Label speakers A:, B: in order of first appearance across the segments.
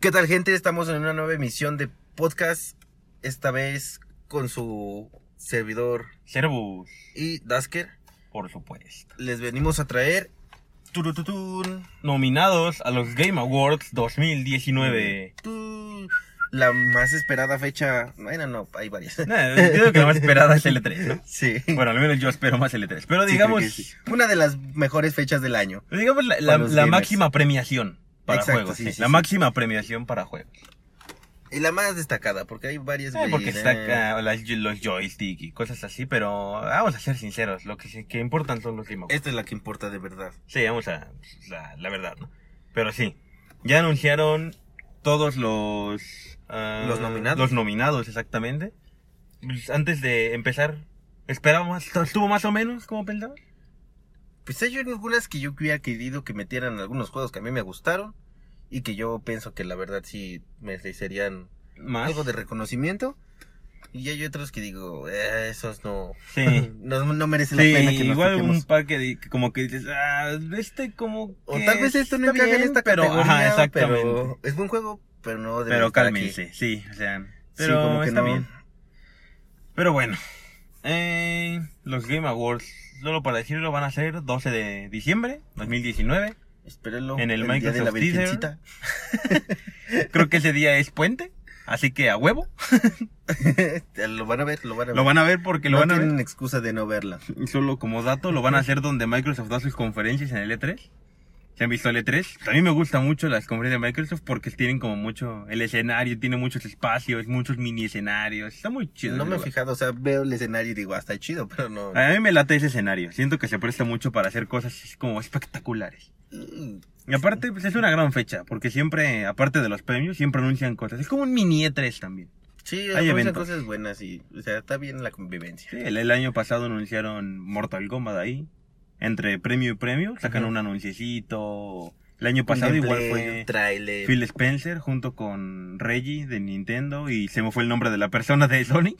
A: ¿Qué tal gente? Estamos en una nueva emisión de podcast, esta vez con su servidor
B: Servus,
A: y Dasker.
B: por supuesto.
A: Les venimos a traer... turututún,
B: Nominados a los Game Awards 2019.
A: tu- La más esperada fecha... Bueno, no, hay varias.
B: Nah, creo que la más esperada es L3, ¿no?
A: Mm. Sí.
B: Bueno, al menos yo espero más L3. Pero
A: Sí,
B: digamos,
A: creo que sí. Una de las mejores fechas del año.
B: digamos la, la-
A: Para los
B: la
A: gamers.
B: máxima premiación para
A: Exacto,
B: juegos.
A: sí,
B: sí,
A: sí,
B: la
A: sí.
B: máxima premiación para juegos.
A: Y la más destacada, porque hay varias...
B: Ah, porque
A: güey,
B: está
A: eh,
B: acá las- los joystick y cosas así, pero vamos a ser sinceros, lo que, sí- que importan son los Game Awards.
A: Esta es la que importa de verdad.
B: Sí, vamos a pues, la, la verdad, ¿no? Pero sí, ya anunciaron todos los... ah,
A: Los nominados.
B: Los nominados, exactamente. Pues, antes de empezar, esperábamos, estuvo más o menos como pensabas.
A: Pues hay algunas que yo hubiera querido que metieran algunos juegos que a mí me gustaron y que yo pienso que la verdad sí merecerían
B: Más.
A: algo de reconocimiento. Y hay otros que digo, eh, esos no,
B: Sí.
A: no, no merece la
B: Sí,
A: pena que nos
B: igual
A: fijemos.
B: un par que, di- que como que dices, ah, este como
A: O
B: que
A: tal vez esto no
B: está
A: encaja en
B: bien,
A: esta
B: pero,
A: categoría,
B: Ajá, exactamente.
A: pero es buen juego, pero no debe
B: Pero
A: estar
B: cálmense, sí, o sea,
A: aquí. Sí,
B: pero
A: como que
B: está
A: no.
B: bien. Pero bueno, eh, los Game Awards, solo para decirlo, van a ser 12 de diciembre 2019.
A: Espérenlo.
B: En el
A: día de la
B: Microsoft Teaser.
A: Virgencita.
B: Creo que ese día es puente, así que a huevo.
A: lo van a ver, lo van a ver.
B: Lo van a ver porque lo
A: no
B: van a
A: tienen
B: ver.
A: excusa de no verla.
B: Y Solo como dato, lo van a hacer donde Microsoft da sus conferencias en el E3. ¿Se han visto el E3? A mí me gustan mucho las conferencias de Microsoft porque tienen como mucho el escenario, tiene muchos espacios, muchos mini escenarios. Está muy chido.
A: no
B: ese
A: me he
B: lugar.
A: fijado, o sea, veo el escenario y digo, ah, está chido, pero no.
B: A mí me late ese escenario. Siento que se presta mucho para hacer cosas así como espectaculares.
A: Mm,
B: Y aparte, pues es una gran fecha, porque siempre, aparte de los premios, siempre anuncian cosas. Es como un mini E3 también.
A: Sí,
B: Hay
A: hay
B: eventos.
A: cosas buenas y, o sea, está bien la convivencia.
B: Sí, el, el año pasado anunciaron Mortal Kombat ahí. Entre premio y premio, sacan
A: Ujú.
B: un anunciecito. El año pasado igual fue
A: Trailer.
B: Phil Spencer junto con Reggie de Nintendo y se me fue el nombre de la persona de Sony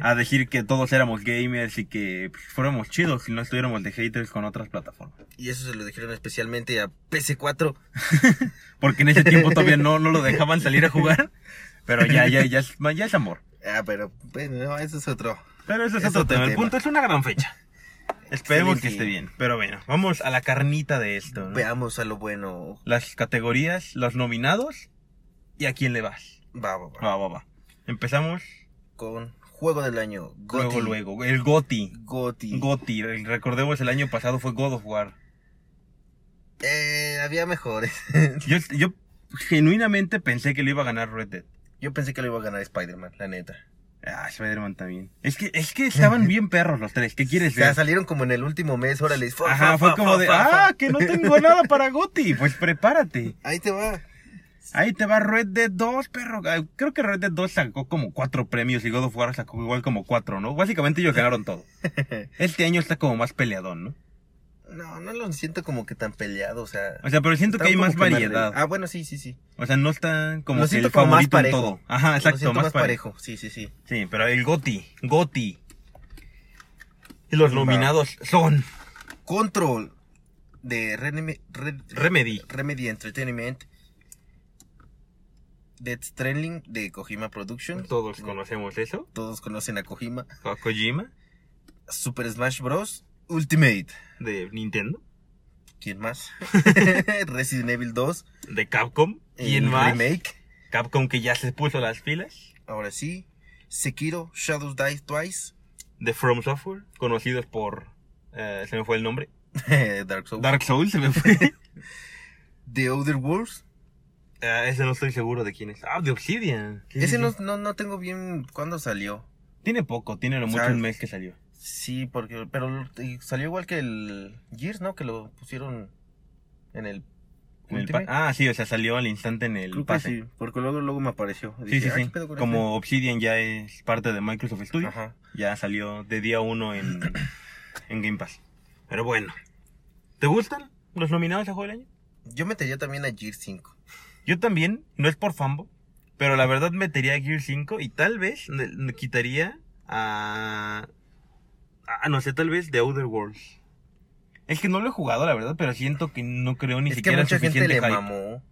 B: a decir que todos éramos gamers y que pues, fuéramos chidos si no estuviéramos de haters con otras plataformas.
A: Y eso se lo dijeron especialmente a PC4.
B: Porque en ese tiempo todavía no, no lo dejaban salir a jugar, pero ya, ya, ya, es- ya es amor.
A: Ah, pero bueno, no, eso es otro.
B: Pero eso es,
A: Es
B: otro
A: otro
B: tema. El
A: tema.
B: punto es una gran fecha. Esperemos
A: Excelente.
B: que esté bien. Pero bueno, vamos a la carnita de esto. ¿no?
A: Veamos a lo bueno.
B: Las categorías, los nominados y a quién le vas.
A: Va, va, va.
B: Va, va, va. Empezamos
A: Con Juego del Año. Goti.
B: luego, luego. El Goti.
A: Goti.
B: Goti. Recordemos el año pasado fue God of War.
A: Eh, había mejores.
B: Yo, yo genuinamente pensé que lo iba a ganar Red Dead.
A: Yo pensé que lo iba a ganar Spider-Man, la neta.
B: Ah, Spider-Man también. Es que, es que estaban bien perros los tres. ¿Qué
A: O
B: quieres
A: sea,
B: ver?
A: salieron como en el último mes, órale. fa,
B: Ajá,
A: fa,
B: fue
A: fa,
B: como
A: fa,
B: de,
A: fa, fa.
B: ah, que no tengo nada para Goti. Pues prepárate.
A: Ahí te va.
B: Ahí te va Red Dead 2, perro. Ah, Creo que Red Dead 2 sacó como cuatro premios y God of War sacó igual como cuatro, ¿no? Básicamente ellos ganaron todo. Este año está como más peleadón, ¿no?
A: No, no lo siento como que tan peleado, o sea.
B: O sea, pero siento que hay
A: Estaba
B: más
A: como que
B: variedad.
A: Ah, bueno, sí, sí, sí.
B: O sea, no está como
A: Lo
B: que
A: siento
B: el
A: como más
B: favorito en
A: parejo.
B: todo. Ajá,
A: Lo
B: exacto,
A: siento
B: más,
A: más
B: parejo.
A: parejo. Sí, sí, sí.
B: Sí, pero el Goti, Goti. Y los
A: Va.
B: nominados son
A: Control de Renemi- Red-
B: Remedy,
A: Remedy Entertainment. Death Stranding de Kojima Productions.
B: todos conocemos eso,
A: Todos conocen a Kojima.
B: a Kojima
A: Super Smash Bros. Ultimate.
B: de Nintendo,
A: ¿Quién más? Resident Evil 2.
B: de Capcom, y
A: el
B: en más,
A: Remake.
B: Capcom que ya se puso las pilas.
A: Ahora sí. Sekiro. Shadows Die Twice.
B: de From Software, conocidos por. eh, se me fue el nombre.
A: Dark Souls.
B: Dark Souls se me fue.
A: The Other Worlds.
B: Ah, ese no estoy seguro de quién es. Ah, de Obsidian. Sí,
A: Ese
B: sí,
A: no,
B: sí.
A: no, no tengo bien cuándo salió.
B: Tiene poco, tiene lo mucho
A: ¿Sabes?
B: un mes que salió.
A: Sí, porque pero eh, salió igual que el Gears, ¿no? Que lo pusieron en el
B: En el pa-
A: Ultimate.
B: ah, sí, o sea, salió al instante en el
A: Creo que
B: pase.
A: sí, porque luego luego me apareció.
B: Sí, sí,
A: Dije, "Ah,
B: sí.
A: ¿qué pedo con
B: Como Obsidian ya es parte de Microsoft
A: este?".
B: Studios,
A: Ajá.
B: ya salió de día uno en, en Game Pass. Pero bueno, ¿te gustan los nominados a Juego del Año?
A: Yo metería también a Gears 5.
B: Yo también, no es por fambo, pero la verdad metería a Gear 5 y tal vez le- le quitaría a... a- no sé, tal vez The Outer Worlds. Es que no lo he jugado, la verdad, pero siento que no creo ni
A: es que
B: siquiera
A: mucha gente
B: suficiente
A: le
B: hype.
A: mamó.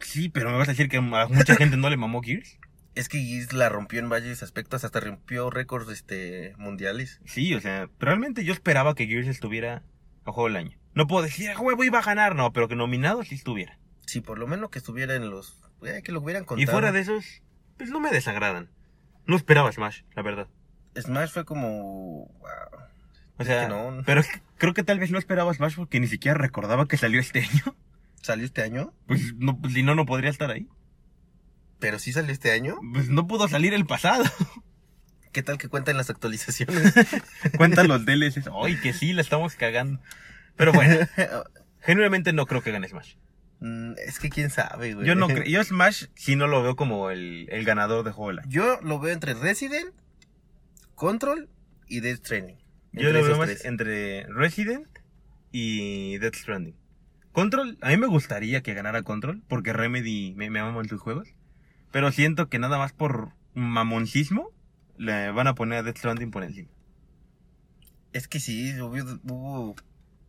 B: Sí, pero me vas a decir que a mucha gente no le mamó Gears.
A: Es que Gears la rompió en varios aspectos, hasta rompió récords este, mundiales.
B: Sí, o sea, realmente yo esperaba que Gears estuviera a juego del año. No puedo decir, a huevo iba a ganar, no, pero que nominado sí estuviera.
A: Si por lo menos que estuviera en los... eh, que lo hubieran contado.
B: Y fuera de esos, pues no me desagradan. No esperaba Smash, la verdad.
A: Smash fue como... wow.
B: O
A: Es
B: sea,
A: que no.
B: pero es que creo que tal vez no esperaba Smash porque ni siquiera recordaba que salió este año.
A: ¿Salió este año?
B: Pues no, pues, si no, no podría estar ahí.
A: ¿Pero sí salió este año?
B: Pues no pudo salir el pasado.
A: ¿Qué tal que cuentan las actualizaciones?
B: Cuentan los DLCs. Ay, que sí, la estamos cagando. Pero bueno, genuinamente no creo que gane Smash.
A: Mm, es que quién sabe, güey.
B: Yo no creo. Yo Smash sí no lo veo como el, el ganador de juego del año.
A: Yo lo veo entre Resident, Control y Death Training.
B: Yo
A: Entre
B: lo veo
A: esos
B: más
A: tres.
B: entre Resident y Death Stranding. Control, a mí me gustaría que ganara Control, porque Remedy me, me en sus juegos. Pero siento que nada más por mamoncismo le van a poner a Death Stranding por encima.
A: Es que sí, hubo, hubo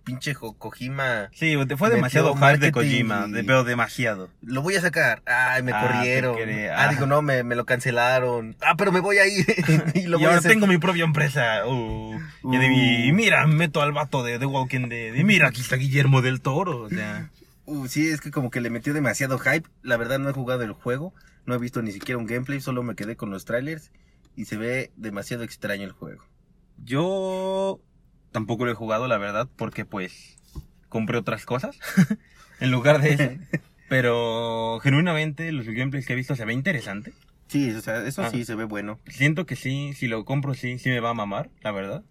A: pinche Jo- Kojima.
B: Sí, fue
A: Metió
B: demasiado hard de
A: marketing
B: Kojima,
A: y-
B: de- pero demasiado.
A: Lo voy a sacar. Ay, me
B: Ah,
A: corrieron.
B: te queré.
A: Ah,
B: Ah.
A: digo, no, me, me lo cancelaron. Ah, pero me voy a ir. y lo
B: y
A: voy a
B: ahora
A: hacer.
B: tengo mi propia empresa. uh, y, de-
A: Uh.
B: y mira, meto al vato de The Walking Dead. Y mira, aquí está Guillermo del Toro. O sea,
A: Uh, sí, es que como que le metió demasiado hype. La verdad, no he jugado el juego. No he visto ni siquiera un gameplay. Solo me quedé con los trailers. Y se ve demasiado extraño el juego.
B: yo tampoco lo he jugado, la verdad, porque pues compré otras cosas en lugar de eso. Pero genuinamente los gameplays que he visto se ve interesante.
A: Sí, o sea, eso
B: Ah.
A: sí se ve bueno.
B: Siento que sí, si lo compro sí, sí me va a mamar, la verdad.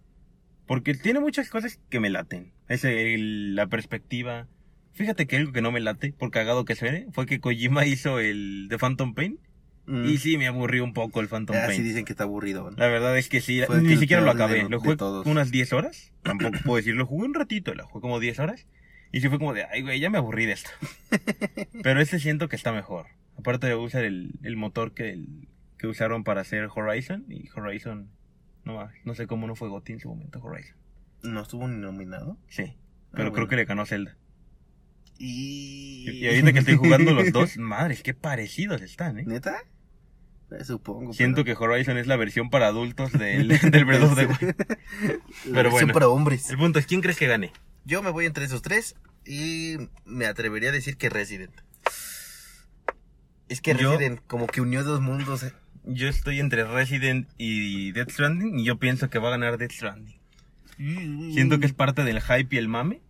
B: Porque tiene muchas cosas que me laten. Es el- la perspectiva. Fíjate que algo que no me late, por cagado que suene, fue que Kojima hizo el de Phantom Pain.
A: Mm.
B: Y sí, me aburrió un poco el Phantom
A: Ah, sí
B: Pain.
A: dicen que está aburrido. ¿no?
B: La verdad es que sí,
A: Fue
B: ni
A: el
B: siquiera lo
A: peor
B: acabé.
A: de-
B: lo
A: de
B: jugué
A: todos.
B: unas 10 horas. Tampoco puedo decir, lo jugué un ratito, lo jugué como 10 horas. Y sí fue como de, ay, güey, ya me aburrí de esto. Pero este siento que está mejor. Aparte de usar el, el motor que, el- que usaron para hacer Horizon. Y Horizon, no más, no sé cómo no fue Gotti en su momento, Horizon.
A: No estuvo ni nominado.
B: Sí,
A: Ah,
B: pero creo
A: bueno.
B: que le ganó Zelda.
A: Y...
B: Y ahorita que estoy jugando los dos, madres, qué parecidos están, ¿eh?
A: ¿Neta? Eh, Supongo.
B: Siento que Horizon es la versión para adultos del, del Breath of the Wild.
A: Pero
B: pero
A: bueno.
B: bueno.
A: para hombres.
B: El punto es, ¿quién crees que gane?
A: Yo me voy entre esos tres y me atrevería a decir que Resident. Es que
B: Yo-
A: Resident como que unió dos mundos. eh.
B: Yo estoy entre Resident y Death Stranding y yo pienso que va a ganar Death Stranding. Siento que es parte del hype y el mame.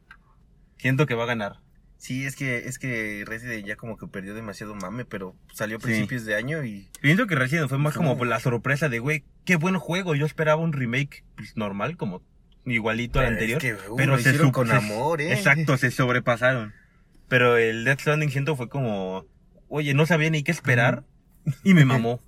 B: Siento que va a ganar.
A: Sí, es que, es que Resident ya como que perdió demasiado mame, pero salió a
B: Sí.
A: principios de año y...
B: Siento que Resident fue más como
A: Ujú.
B: por la sorpresa de, güey, qué buen juego. Yo esperaba un remake pues, normal, como igualito al anterior.
A: Es que, uh,
B: pero
A: lo
B: se
A: hicieron
B: sup-
A: con
B: se-
A: amor, ¿eh?
B: Exacto, se sobrepasaron. Pero el Death Stranding siento fue como, oye, no sabía ni qué esperar y me mamó.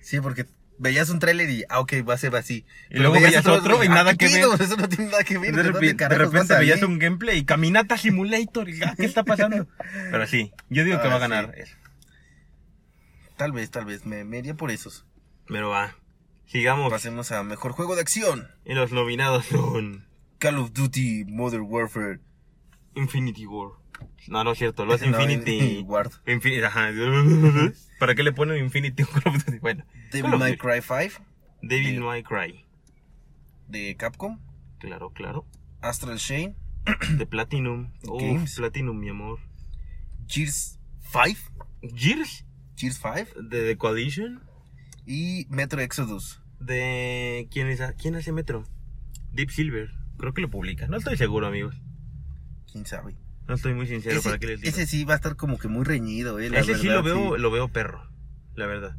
A: Sí, porque veías un tráiler y, ah, ok, va a ser así.
B: Y luego veías otro y nada que ver.
A: ah, Eso no tiene nada que ver.
B: De,
A: ¿dónde
B: repi- de
A: carajos vas
B: repente
A: a
B: veías
A: ir?
B: un gameplay y caminata simulator. y, ah, ¿Qué está pasando? Pero sí, yo digo que va
A: Ahora
B: a ganar. eso.
A: Tal vez, tal vez, me, me iría por esos.
B: Pero va. Sigamos.
A: Pasemos a mejor juego de acción.
B: Y los nominados son
A: Call of Duty Modern Warfare.
B: Infinity War. No, no es cierto. Los
A: No,
B: Infinity.
A: Ward.
B: Infinity. Ajá. ¿Para qué le ponen Infinity War? Bueno. Call
A: Devil
B: of
A: May
B: Duty.
A: Cry 5
B: Devil May Cry.
A: de Capcom.
B: Claro, claro.
A: Astral Chain.
B: De Platinum. Uf,
A: Games.
B: Platinum, mi amor.
A: Gears 5.
B: Gears.
A: Gears 5.
B: De The Coalition.
A: Y Metro Exodus.
B: De. ¿Quién, es, ¿Quién hace Metro? Deep Silver. Creo que lo publica. No estoy seguro, amigos.
A: ¿Quién sabe?
B: No estoy muy sincero para qué les digo.
A: ese sí va a estar como que muy reñido. Eh, la
B: Ese sí
A: verdad,
B: lo veo, lo veo perro, la verdad.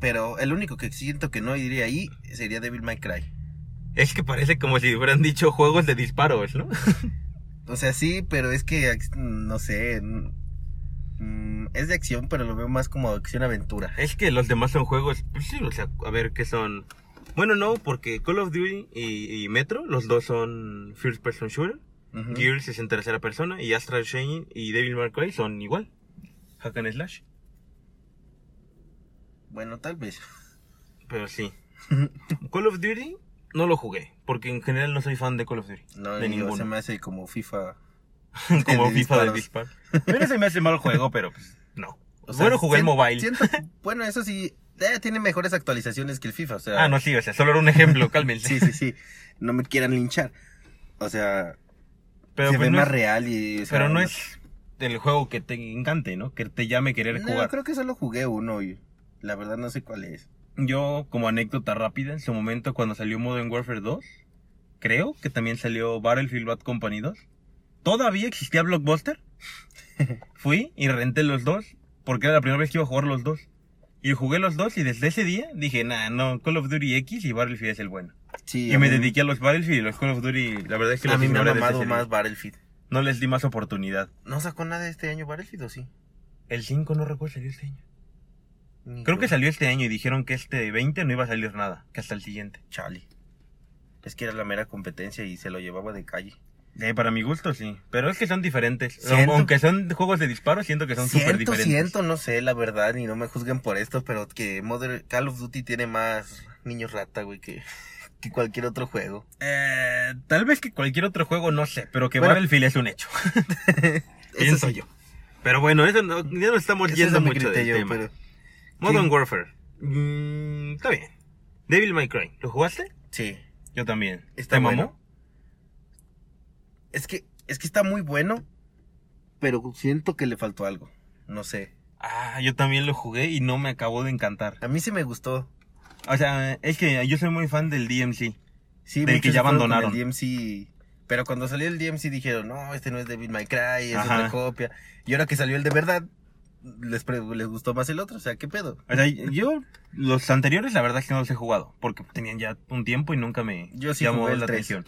A: Pero el único que siento que no iría ahí sería Devil May Cry.
B: Es que parece como si hubieran dicho juegos de disparos, ¿no?
A: O sea, sí, pero es que, ac- no sé. mm, es de acción, pero lo veo más como ¿eh? acción-aventura.
B: Es que los demás son juegos, pues sí, o sea, a ver qué son. Bueno, no, porque Call of Duty y, y Metro, los dos son first person shooter.
A: Ujú.
B: Gears es en tercera persona y Astral Chain y Devil May Cry son igual. Hack and slash.
A: Bueno, tal vez.
B: Pero sí. Call of Duty no lo jugué, porque en general no soy fan de Call of Duty.
A: No,
B: de
A: yo,
B: ninguno.
A: se me hace como FIFA
B: Como
A: de
B: FIFA de
A: disparos.
B: Dispar. Pero se me hace mal juego, pero pues no.
A: O sea,
B: bueno, jugué el
A: sien-
B: mobile.
A: siento- bueno, eso sí, eh, tiene mejores actualizaciones que el FIFA, o sea.
B: Ah, no, sí, o sea, solo era un ejemplo, cálmense.
A: Sí, sí, sí. No me quieran linchar. O sea,
B: pero
A: se
B: pues,
A: ve
B: no
A: más
B: es-
A: real y. o sea,
B: Pero no es el juego que te encante, ¿no? Que te llame querer
A: No,
B: jugar.
A: creo que solo jugué uno y la verdad no sé cuál es.
B: Yo, como anécdota rápida, en su momento cuando salió Modern Warfare 2, creo que también salió Battlefield Bad Company 2. Todavía existía Blockbuster. Fui y renté los dos, porque era la primera vez que iba a jugar los dos. Y jugué los dos y desde ese día dije, nah, no, Call of Duty X y Battlefield es el bueno.
A: Sí,
B: Y,
A: a
B: me
A: mí-
B: dediqué a los Battlefield y los Call of Duty, la verdad es que
A: A
B: los
A: mí me ha
B: ignoré desde
A: mamado
B: ese
A: más
B: día.
A: Battlefield.
B: No les di más oportunidad.
A: ¿No sacó nada este año Battlefield o sí?
B: El 5 no recuerdo salió este año.
A: Ni
B: Creo
A: yo.
B: que salió este año y dijeron que este 20 no iba a salir nada, que hasta el siguiente.
A: Chale. Es que era la mera competencia y se lo llevaba de calle.
B: Eh, para mi gusto, sí. Pero es que son diferentes.
A: Siento-
B: Aunque son juegos de disparo, siento que son súper
A: Siento,
B: diferentes.
A: siento, no sé, la verdad, y no me juzguen por esto, pero que Modern Call of Duty tiene más niños rata, güey, que, que cualquier otro juego.
B: Eh, tal vez que cualquier otro juego, no sé. Pero que
A: Bueno.
B: Battlefield es un hecho.
A: Eso
B: Pienso yo. Pero bueno, eso no, ya nos estamos
A: Ese es
B: yendo
A: mi
B: mucho del
A: criterio,
B: tema.
A: pero-
B: Modern
A: Sí.
B: Warfare. Mm, está bien. Devil May Cry. ¿Lo jugaste?
A: Sí.
B: Yo también.
A: Está
B: ¿Te
A: bueno.
B: mamó?
A: Es que, es que está muy bueno, pero siento que le faltó algo. No sé.
B: Ah, yo también lo jugué y no me acabó de encantar.
A: A mí sí me gustó.
B: O sea, es que yo soy muy fan del DMC.
A: Sí,
B: Del
A: muchos
B: que
A: se
B: ya
A: fueron con
B: abandonaron.
A: El DMC. Pero cuando salió el DMC dijeron, no, este no es David My Cry, es
B: Ajá.
A: otra copia. Y ahora que salió el de verdad, les, pre- les gustó más el otro. O sea, ¿qué pedo?
B: O sea, yo los anteriores la verdad es que no los he jugado, porque tenían ya un tiempo y nunca me
A: Yo sí
B: llamó
A: jugué el
B: la
A: tres.
B: atención.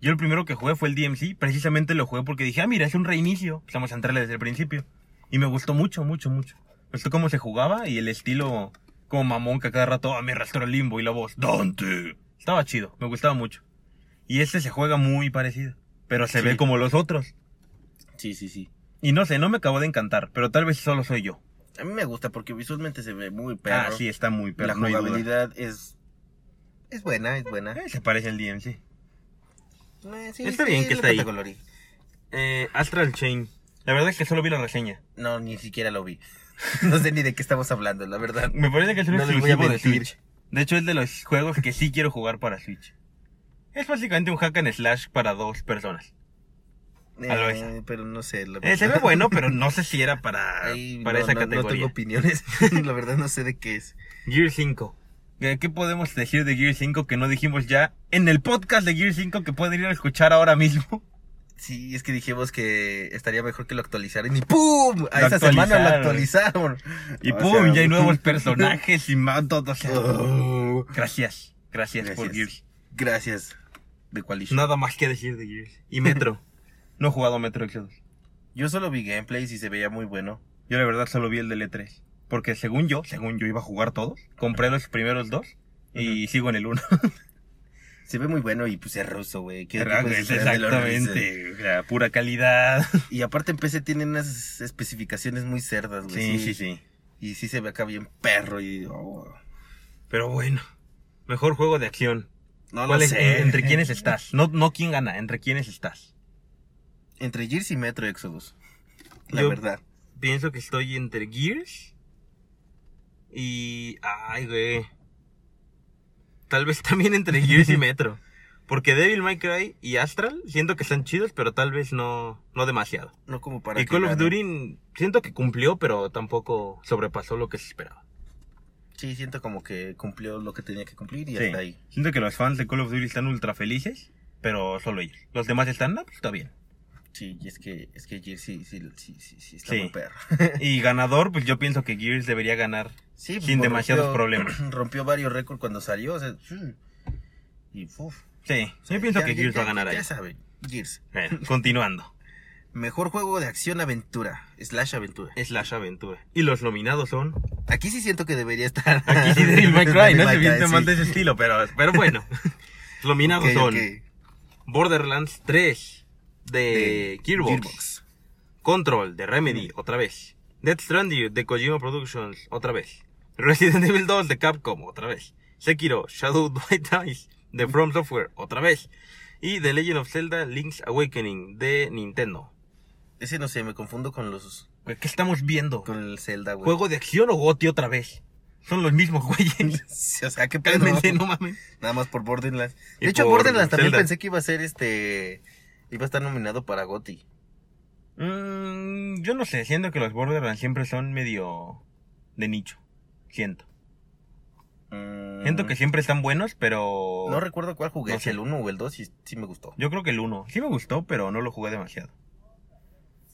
B: Yo el primero que jugué fue el DMC, precisamente lo jugué porque dije, ah, mira, es un reinicio, pues vamos a entrarle desde el principio. Y me gustó mucho, mucho, mucho. Me gustó cómo se jugaba y el estilo como mamón que a cada rato, ah, me arrastró el limbo y la voz, Dante. Estaba chido, me gustaba mucho. Y este se juega muy parecido, pero se
A: Sí.
B: ve como los otros.
A: Sí, sí, sí.
B: Y no sé, no me acabó de encantar, pero tal vez solo soy yo.
A: A mí me gusta porque visualmente se ve muy perro.
B: ah, sí, está muy, pero
A: La
B: no hay duda.
A: jugabilidad es... Es buena, es buena.
B: Eh, se parece al DMC.
A: Eh, sí,
B: Está
A: sí,
B: bien que
A: le
B: está
A: falta
B: ahí.
A: color y-
B: Eh, Astral Chain. La verdad es que solo vi la reseña.
A: No, ni siquiera lo vi. no sé ni de qué estamos hablando, la verdad.
B: Me parece que es un
A: No les voy a
B: exclusivo de
A: mentir.
B: Switch. De hecho, es de los juegos que sí quiero jugar para Switch. Es básicamente un hack and slash para dos personas. A lo
A: Eh,
B: esa.
A: pero no sé. la
B: Eh, se ve
A: verdad.
B: bueno, pero no sé si era para,
A: Ahí
B: para
A: no-
B: esa
A: no- No
B: categoría.
A: tengo opiniones. la verdad no sé de qué es.
B: Gear 5. Eh, ¿Qué podemos decir de Gear 5 que no dijimos ya en el podcast de Gear 5 que pueden ir a escuchar ahora mismo?
A: Sí, es que dijimos que estaría mejor que lo actualizaran y ¡pum! A
B: Lo
A: esa semana lo
B: actualizaron.
A: actualizaron.
B: Y
A: O
B: pum,
A: sea,
B: ya hay nuevos personajes y más todo. o sea,
A: Oh,
B: gracias, gracias, por
A: Gracias.
B: Gears.
A: gracias. De Coalition.
B: Nada más que decir de Gears. Y Metro. no he jugado Metro Exodus.
A: Yo solo vi gameplays y se veía muy bueno.
B: Yo la verdad solo vi el del E3. Porque según yo, según yo iba a jugar todos, compré los primeros dos y sigo en el uno.
A: Se ve muy bueno y pues es ruso, güey. ¿Qué- qué puedes esperar de lo ruso?
B: Exactamente. o sea, pura calidad.
A: Y aparte en PC tiene unas especificaciones muy cerdas, güey.
B: Pues Sí, sí, sí.
A: Y sí se ve acá bien perro y... oh,
B: Pero bueno. Mejor juego de acción.
A: no lo
B: ¿Cuál es- Eh,
A: sé.
B: ¿Entre quiénes estás? No, no quién gana, entre quiénes estás.
A: Entre Gears y Metro Exodus. La
B: Yo-
A: verdad.
B: Pienso que estoy entre Gears y... Ay, güey. Tal vez también entre Gears y Metro. Porque Devil May Cry y Astral siento que están chidos, pero tal vez no, no demasiado.
A: No como para...
B: y
A: que
B: Call of
A: gane.
B: Duty siento que cumplió, pero tampoco sobrepasó lo que se esperaba.
A: Sí, siento como que cumplió lo que tenía que cumplir y
B: Sí.
A: hasta ahí.
B: Siento que los fans de Call of Duty están ultra felices, pero solo ellos. Los demás están, no, pues está bien.
A: Sí, y es que, es que Gears sí, sí, sí, sí, sí está
B: Sí.
A: muy perro.
B: Y ganador, pues yo pienso que Gears debería ganar.
A: Sí,
B: Sin
A: como
B: demasiados
A: rompió-
B: problemas.
A: Rompió varios récords cuando salió, o sea, sí. y uf,
B: Sí,
A: o sea,
B: yo pienso
A: ya-
B: que
A: ya-
B: Gears va a
A: ya-
B: ganar ahí.
A: Ya saben, Gears.
B: Bueno, continuando.
A: Mejor juego de acción aventura, slash aventura.
B: Slash Aventura. Y los nominados son...
A: Aquí sí siento que debería estar.
B: Aquí sí Devil May Cry,
A: Devil
B: no se
A: May
B: viste
A: sí.
B: más de ese estilo, pero, pero bueno. Los nominados
A: Ok,
B: son
A: ok.
B: Borderlands 3 de,
A: De
B: Gearbox. Control de Remedy, otra vez. Death Stranding de Kojima Productions, otra vez. Resident Evil 2 de Capcom, otra vez. Sekiro, Shadow by Dice de From Software, otra vez. Y The Legend of Zelda Link's Awakening de Nintendo.
A: Ese no sé, me confundo con los.
B: Güey, ¿Qué estamos viendo?
A: con el Zelda, güey.
B: ¿Juego de acción o Goti otra vez? Son los mismos güeyes.
A: Sí, o sea, qué pedo.
B: Cálmense, no mames.
A: Nada más por Borderlands.
B: Y
A: De hecho,
B: por
A: Borderlands también
B: Zelda.
A: pensé que iba a ser este. Iba a estar nominado para Gotti.
B: Mm, yo no sé, siento que los Borderlands siempre son medio de nicho. Siento. Siento que siempre están buenos, pero...
A: Mm, No recuerdo cuál jugué,
B: No
A: si
B: sé.
A: el 1 o el 2, y sí me gustó.
B: Yo creo que el 1. Sí me gustó, pero no lo jugué demasiado.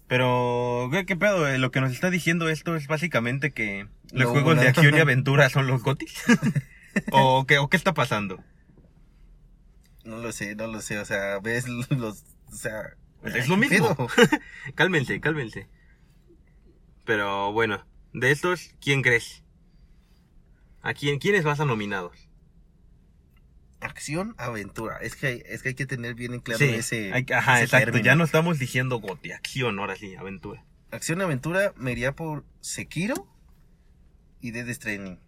B: Pero, güey, ¿qué pedo? Eh, Lo que nos está diciendo esto es básicamente que
A: No
B: los
A: hubo
B: juegos de
A: nada.
B: acción y aventura son los gotis. ¿O, qué, ¿O qué está pasando?
A: No lo sé, no lo sé, o sea, ves los. O sea.
B: Es lo
A: ¿qué
B: mismo.
A: pedo?
B: Cálmense, cálmense. Pero bueno, de estos, ¿quién crees? ¿A quién, quiénes vas a nominados?
A: Acción, aventura. Es que, hay- es que hay que tener bien en claro
B: Sí,
A: ese.
B: hay- ajá,
A: ese
B: exacto.
A: término.
B: Ya no estamos diciendo goti, acción, ahora sí, aventura.
A: Acción, aventura, me iría por Sekiro y Dead Stranding.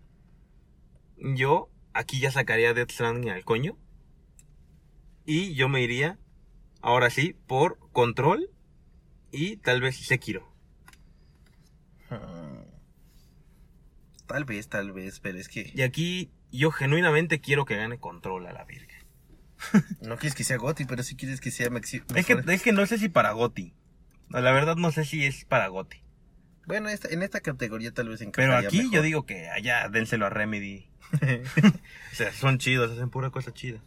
B: Yo aquí ya sacaría Death Stranding al coño. Y yo me iría, ahora sí, por Control y tal vez Sekiro.
A: Hmm. Tal vez, tal vez, pero es que.
B: Y aquí yo genuinamente quiero que gane Control a la verga.
A: No quieres que sea Gotti, pero sí quieres que sea Mexi.
B: Es que,
A: mejor.
B: es que no sé si para Goti. No, La verdad no sé si es para Goti.
A: Bueno, esta- en esta categoría tal vez
B: Pero
A: encajaría
B: aquí yo
A: mejor.
B: digo que allá dénselo a Remedy. O sea, son chidos, hacen pura cosa chida.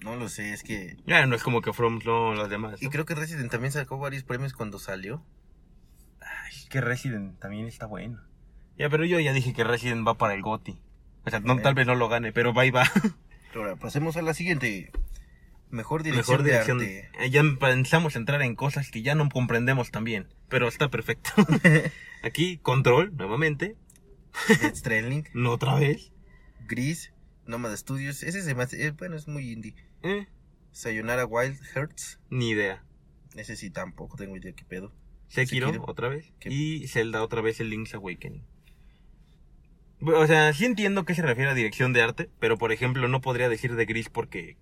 A: no lo sé, es que.
B: Ya no es como que From son los demás.
A: Y
B: ¿no?
A: creo que Resident también sacó varios premios cuando salió.
B: Ay, que Resident también está bueno. Ya, pero yo ya dije que Resident va para el Goti. O sea, no, tal vez no lo gane, pero va y va.
A: Ahora, pasemos a la siguiente. Mejor dirección,
B: Mejor dirección.
A: de arte.
B: Eh, Ya pensamos entrar en cosas que ya no comprendemos también, pero está perfecto. Aquí, control, nuevamente.
A: Death Stranding,
B: No otra vez.
A: Gris, Nomad Studios. Ese se me hace- eh, bueno, es muy indie.
B: Eh,
A: Sayonara Wild Hearts.
B: ni idea.
A: Ese sí tampoco tengo idea qué pedo.
B: Sekiro,
A: Sekiro.
B: otra vez.
A: ¿Qué?
B: Y Zelda otra vez el Link's Awakening. Bu- O sea, sí entiendo que se refiere a dirección de arte, pero por ejemplo no podría decir de gris porque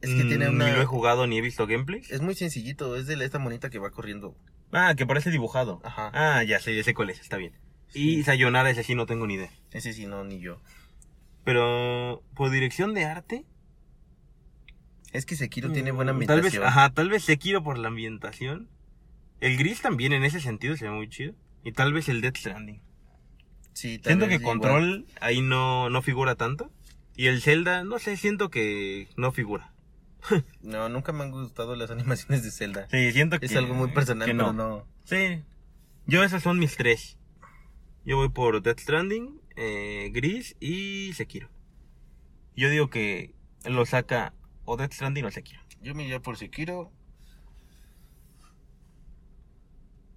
A: Es que tiene
B: mm, ni lo he
A: una.
B: jugado ni he visto gameplay.
A: Es muy sencillito, es de la- esta monita que va corriendo.
B: Ah, que parece dibujado.
A: Ajá.
B: Ah, ya sé, ya sé cuál es, está bien. Y
A: Sí.
B: Sayonara ese sí no tengo ni idea.
A: Ese sí, no, ni yo.
B: Pero por dirección de arte,
A: Es que Sekiro tiene buena
B: Mm, Tal vez,
A: ambientación.
B: ajá, tal vez Sekiro por la ambientación. El gris también en ese sentido se ve muy chido. Y tal vez el Death Stranding.
A: Sí, tal
B: siento
A: vez
B: que
A: igual.
B: Control ahí no, no figura tanto. Y el Zelda, no sé, siento que no figura.
A: No, nunca me han gustado las animaciones de Zelda.
B: Sí, siento que
A: Es algo muy personal,
B: que
A: pero no.
B: Sí. Yo esos son mis tres. Yo voy por Death Stranding, eh, Gris y Sekiro. Yo digo que lo saca o Death Stranding o Sekiro.
A: Yo me iría por Sekiro.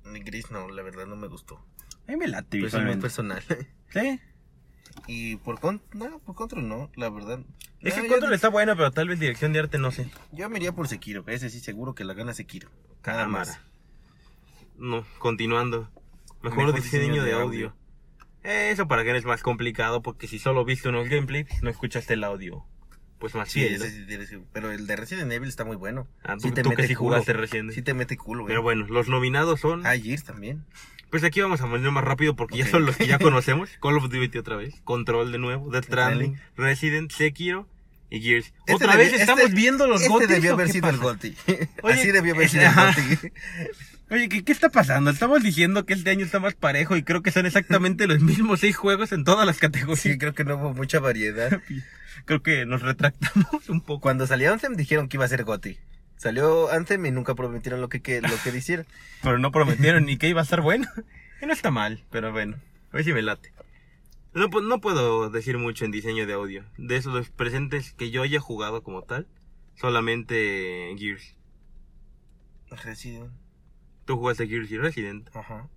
A: Ni Gris no, la verdad no me gustó.
B: A mí me late
A: Pero eso es muy personal.
B: Sí.
A: Ah, Y por contra, no, por Control no, la verdad.
B: Es
A: No,
B: que
A: yo-
B: Control está bueno, pero tal vez dirección de arte no sé.
A: Yo me iría por Sekiro, ese sí seguro que la gana Sekiro. Nada más.
B: Cámara. No, continuando. Mejor,
A: Mejor
B: diseño,
A: diseño
B: de
A: de
B: audio. Eso para que eres más complicado, porque si solo viste unos gameplays, no escuchaste el audio. Pues más
A: Sí,
B: fiel.
A: ese sí tiene su- pero el de Resident Evil está muy bueno.
B: Ah, tú,
A: sí te
B: tú que
A: mete
B: sí
A: culo.
B: jugaste recién.
A: Sí te mete culo, güey.
B: Pero bueno, los nominados son.
A: Ah, Gears también.
B: Pues aquí vamos a poner más rápido porque ya
A: Ok.
B: son los que ya conocemos. Call of Duty otra vez. Control de nuevo. Death Stranding.
A: Stranding.
B: Resident. Sekiro. Y Gears.
A: Este
B: otra
A: debió-
B: vez estamos
A: este-
B: viendo los
A: este
B: GOTYs,
A: debió
B: ¿o
A: haber
B: qué
A: sido el
B: pasa?
A: Goti.
B: Oye,
A: Así debió haber
B: es-
A: sido el
B: ajá.
A: Goti.
B: Oye, ¿qué, qué está pasando? Estamos diciendo que este año está más parejo y creo que son exactamente los mismos seis juegos en todas las categorías.
A: Sí, creo que no hubo mucha variedad.
B: Creo que nos retractamos un poco.
A: Cuando salió Anthem dijeron que iba a ser Goti. Salió Anthem y nunca prometieron lo que, que- lo que hicieron.
B: Pero no prometieron ni que iba a estar bueno. Y no está mal, pero bueno. A ver si me late. No, pu- no puedo decir mucho en diseño de audio. De esos los presentes que yo haya jugado como tal, solamente Gears.
A: Resident.
B: Tú jugaste Gears y Resident.
A: Ajá.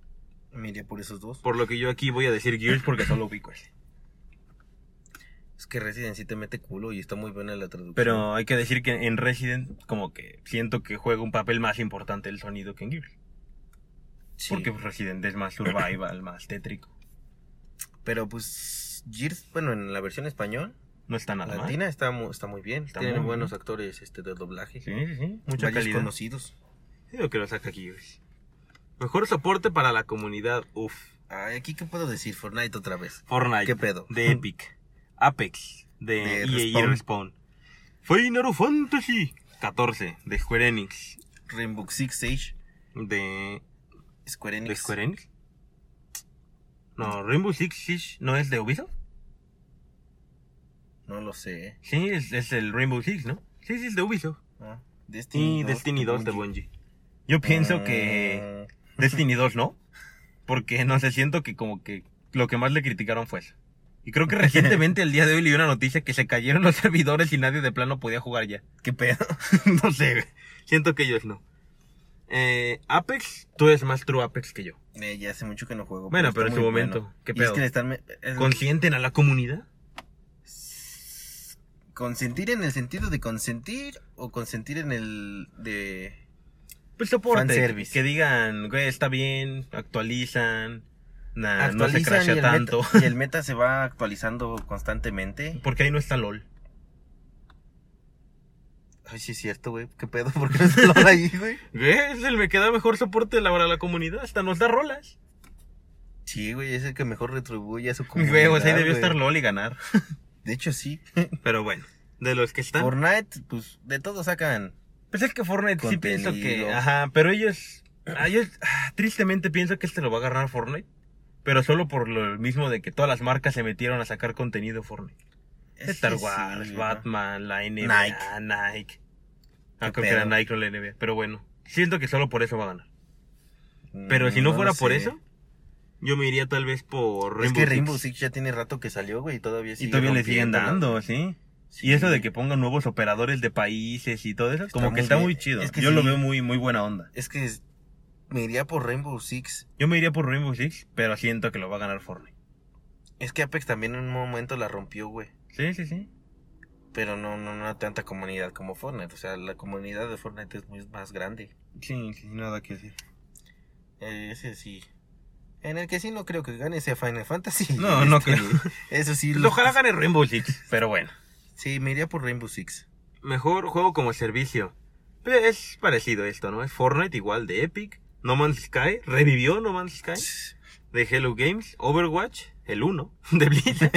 A: Miré por esos dos.
B: Por lo que yo aquí voy a decir Gears porque solo ubico ese.
A: Es que Resident sí te mete culo y está muy buena la traducción.
B: Pero hay que decir que en Resident, como que siento que juega un papel más importante el sonido que en Gears.
A: Sí.
B: Porque Resident es más survival, más tétrico.
A: Pero pues Gears, bueno, en la versión español,
B: No está nada mal.
A: latina está muy, está muy bien.
B: Está
A: Tienen
B: muy
A: buenos
B: bien.
A: actores este de doblaje.
B: Sí, sí, sí. Mucha
A: Varios
B: calidad.
A: conocidos.
B: Yo creo que lo saca Gears. Mejor soporte para la comunidad. Uf.
A: Ay, aquí qué puedo decir, Fortnite otra vez.
B: Fortnite.
A: ¿Qué pedo?
B: De Epic. Apex. De,
A: De
B: EA y
A: Respawn.
B: Respawn. Final Fantasy. 14. De Square Enix.
A: Rainbow Six Siege,
B: De,
A: Square Enix.
B: de Square Enix. No, Rainbow Six Siege no es de Ubisoft.
A: No lo sé. ¿eh?
B: Sí, es, es el Rainbow Six, ¿no? Sí, sí, es de Ubisoft.
A: Ah, Destiny
B: Y
A: 2
B: Destiny 2 de
A: Bungie. Eh,
B: Bungie. Yo pienso que...
A: Mm.
B: Destiny 2 no. Porque no sé, siento que como que lo que más le criticaron fue eso. Y creo que recientemente el día de hoy leí una noticia que se cayeron los servidores y nadie de plano podía jugar ya.
A: ¿Qué pedo?
B: no sé, güey. siento que ellos no. Eh, Apex, tú eres más true Apex que yo.
A: Eh, ya hace mucho que no juego.
B: pues, Bueno, pero en
A: está
B: su
A: muy
B: momento,
A: bueno.
B: ¿qué
A: Y es
B: pedo?
A: que le están... me- el-
B: ¿Consienten a la comunidad?
A: ¿Consentir en el sentido de consentir o consentir en el de...
B: Pues soporte.
A: Fanservice.
B: Que digan, güey, está bien, actualizan, nah, Ah, no se
A: Actualizan y
B: crashea
A: el
B: tanto.
A: meta- y el meta se va actualizando constantemente.
B: Porque ahí no está LOL.
A: Ay, sí es cierto, güey. ¿Qué pedo? ¿Por qué no se lo da ahí, güey?
B: Güey, es el me queda mejor soporte la- para la comunidad, hasta nos da rolas.
A: Sí, güey, es el que mejor retribuye a su comunidad.
B: Güey, o sea, ahí debió
A: güey.
B: estar LOL y ganar.
A: De hecho, sí.
B: Pero bueno, de los que están.
A: Fortnite, pues, de todo sacan.
B: Pues es que Fortnite sí
A: Contenido.
B: pienso que. Ajá, pero ellos. a ellos ah, tristemente pienso que este lo va a agarrar Fortnite. Pero solo por lo mismo de que todas las marcas se metieron a sacar contenido Fortnite.
A: Es
B: Star
A: que sí,
B: Wars,
A: güey, ¿no?
B: Batman, la NBA, Nike. Ah,
A: Qué
B: creo que era
A: pedo.
B: Nike, no la NBA. Pero bueno, siento que solo por eso va a ganar. Pero
A: Mm,
B: si no,
A: lo
B: fuera por
A: sé.
B: eso, yo me iría tal vez por
A: es
B: Rainbow
A: que
B: Six.
A: Rainbow Six ya tiene rato que salió, güey, y todavía
B: Y
A: sigue
B: todavía le siguen
A: rompiéndola.
B: dando, ¿sí?
A: Sí,
B: Y eso de
A: güey.
B: que pongan nuevos operadores de países y todo eso,
A: Está
B: como que
A: muy
B: está
A: bien.
B: muy chido.
A: Es que
B: Yo
A: sí.
B: lo veo muy, muy buena onda.
A: Es que es- me iría por Rainbow Six.
B: Yo me iría por Rainbow Six, pero siento que lo va a ganar Fortnite.
A: Es que Apex también en un momento la rompió, güey.
B: Sí, sí, sí.
A: Pero no, no, no tanta comunidad como Fortnite. O sea, la comunidad de Fortnite es muy más grande.
B: Sí, sí, nada que decir.
A: Eh, Ese sí. En el que sí no creo que gane sea Final Fantasy.
B: No, no
A: Este,
B: creo. Pues
A: Eso sí. lo-
B: Ojalá gane Rainbow Six, pero bueno.
A: Sí, me iría por Rainbow Six.
B: Mejor juego como servicio. Pero Es parecido esto, ¿no? Es Fortnite igual de Epic, No Man's Sky, revivió No Man's Sky, de Hello Games, Overwatch, el 1, de Blizzard,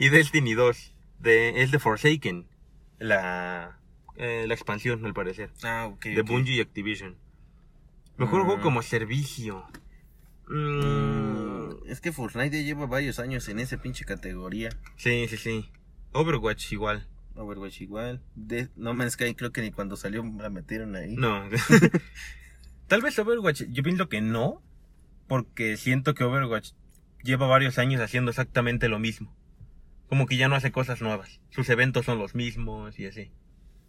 B: y Destiny 2, de, es de Forsaken, la, eh, la expansión, al parecer.
A: Ah, ok.
B: de
A: ok.
B: Bungie y Activision. Mejor
A: Mm.
B: juego como servicio. Mm,
A: Mm, Es que Fortnite ya lleva varios años en esa pinche categoría.
B: Sí, sí, sí. Overwatch igual.
A: Overwatch igual. De no Man's Sky creo que ni cuando salió la metieron ahí.
B: No. Tal vez Overwatch, yo pienso que no, porque siento que Overwatch lleva varios años haciendo exactamente lo mismo. Como que ya no hace cosas nuevas. Sus eventos son los mismos y así.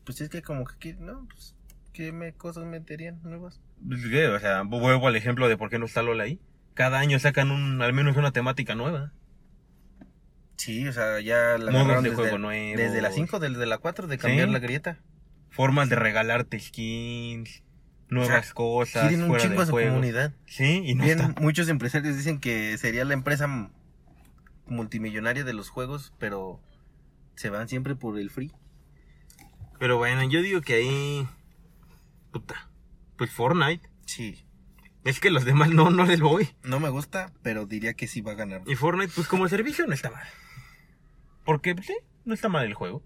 A: Pues es que como que, aquí- no, pues, ¿qué me, cosas meterían nuevas?
B: Pues, ¿qué? O sea, vuelvo al ejemplo de por qué no está LOL ahí. Cada año sacan un, al menos una temática nueva.
A: Sí, o sea, ya la
B: Modos
A: agarraron
B: de
A: desde,
B: juego nuevos.
A: desde la 5, desde la 4 de cambiar
B: Sí.
A: la grieta.
B: formas de regalarte skins, nuevas cosas,
A: Quieren un
B: fuera
A: chingo
B: de
A: a su
B: juego.
A: comunidad.
B: Sí, y no
A: Bien,
B: está.
A: muchos empresarios dicen que sería la empresa m- multimillonaria de los juegos, pero se van siempre por el free.
B: Pero bueno, yo digo que ahí puta, pues Fortnite,
A: Sí,
B: es que los demás no no les voy.
A: no me gusta, pero diría que sí va a ganar.
B: Y Fortnite pues como servicio no está mal. Porque pues, sí, no está mal el juego.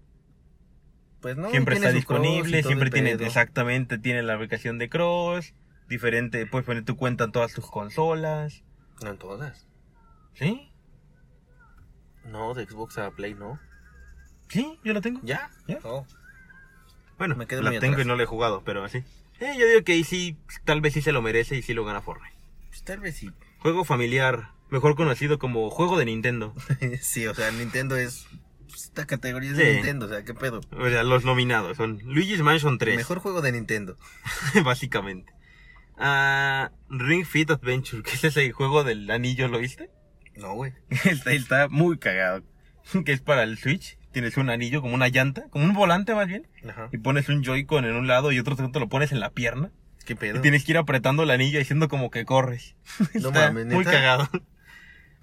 A: Pues no,
B: siempre
A: tiene
B: está
A: su cross y
B: disponible,
A: todo
B: siempre
A: el
B: tiene
A: pedo.
B: exactamente tiene la aplicación de Cross, diferente, puedes poner tu cuenta en todas tus consolas,
A: No en todas.
B: ¿sí?
A: No, de Xbox a Play no.
B: Sí, yo la tengo.
A: ¿Ya? Oh,
B: ¿Ya?
A: No.
B: Bueno,
A: Me quedé
B: la
A: muy
B: tengo
A: atrás.
B: y no la he jugado, pero así. Eh, yo digo que ahí sí, tal vez sí se lo merece y sí lo gana Fortnite.
A: Pues tal vez sí.
B: Juego familiar, mejor conocido como juego de Nintendo.
A: sí, o sea, Nintendo es. pues, Esta categoría es de
B: Sí.
A: Nintendo, o sea, ¿qué pedo?
B: O sea, los nominados son Luigi's Mansion 3,
A: Mejor juego de Nintendo.
B: básicamente. Ah, Ring Fit Adventure, que es ese juego del anillo, ¿lo viste?
A: No, güey.
B: está, está muy cagado. Que es para el Switch. Tienes un anillo como una llanta, como un volante más bien,
A: Ajá.
B: y pones un Joy-Con en un lado y otro tanto lo pones en la pierna.
A: ¿Qué
B: Y
A: pedo?
B: tienes que ir apretando el anillo diciendo como que corres.
A: No
B: Está
A: mames,
B: muy
A: ¿neta?
B: cagado.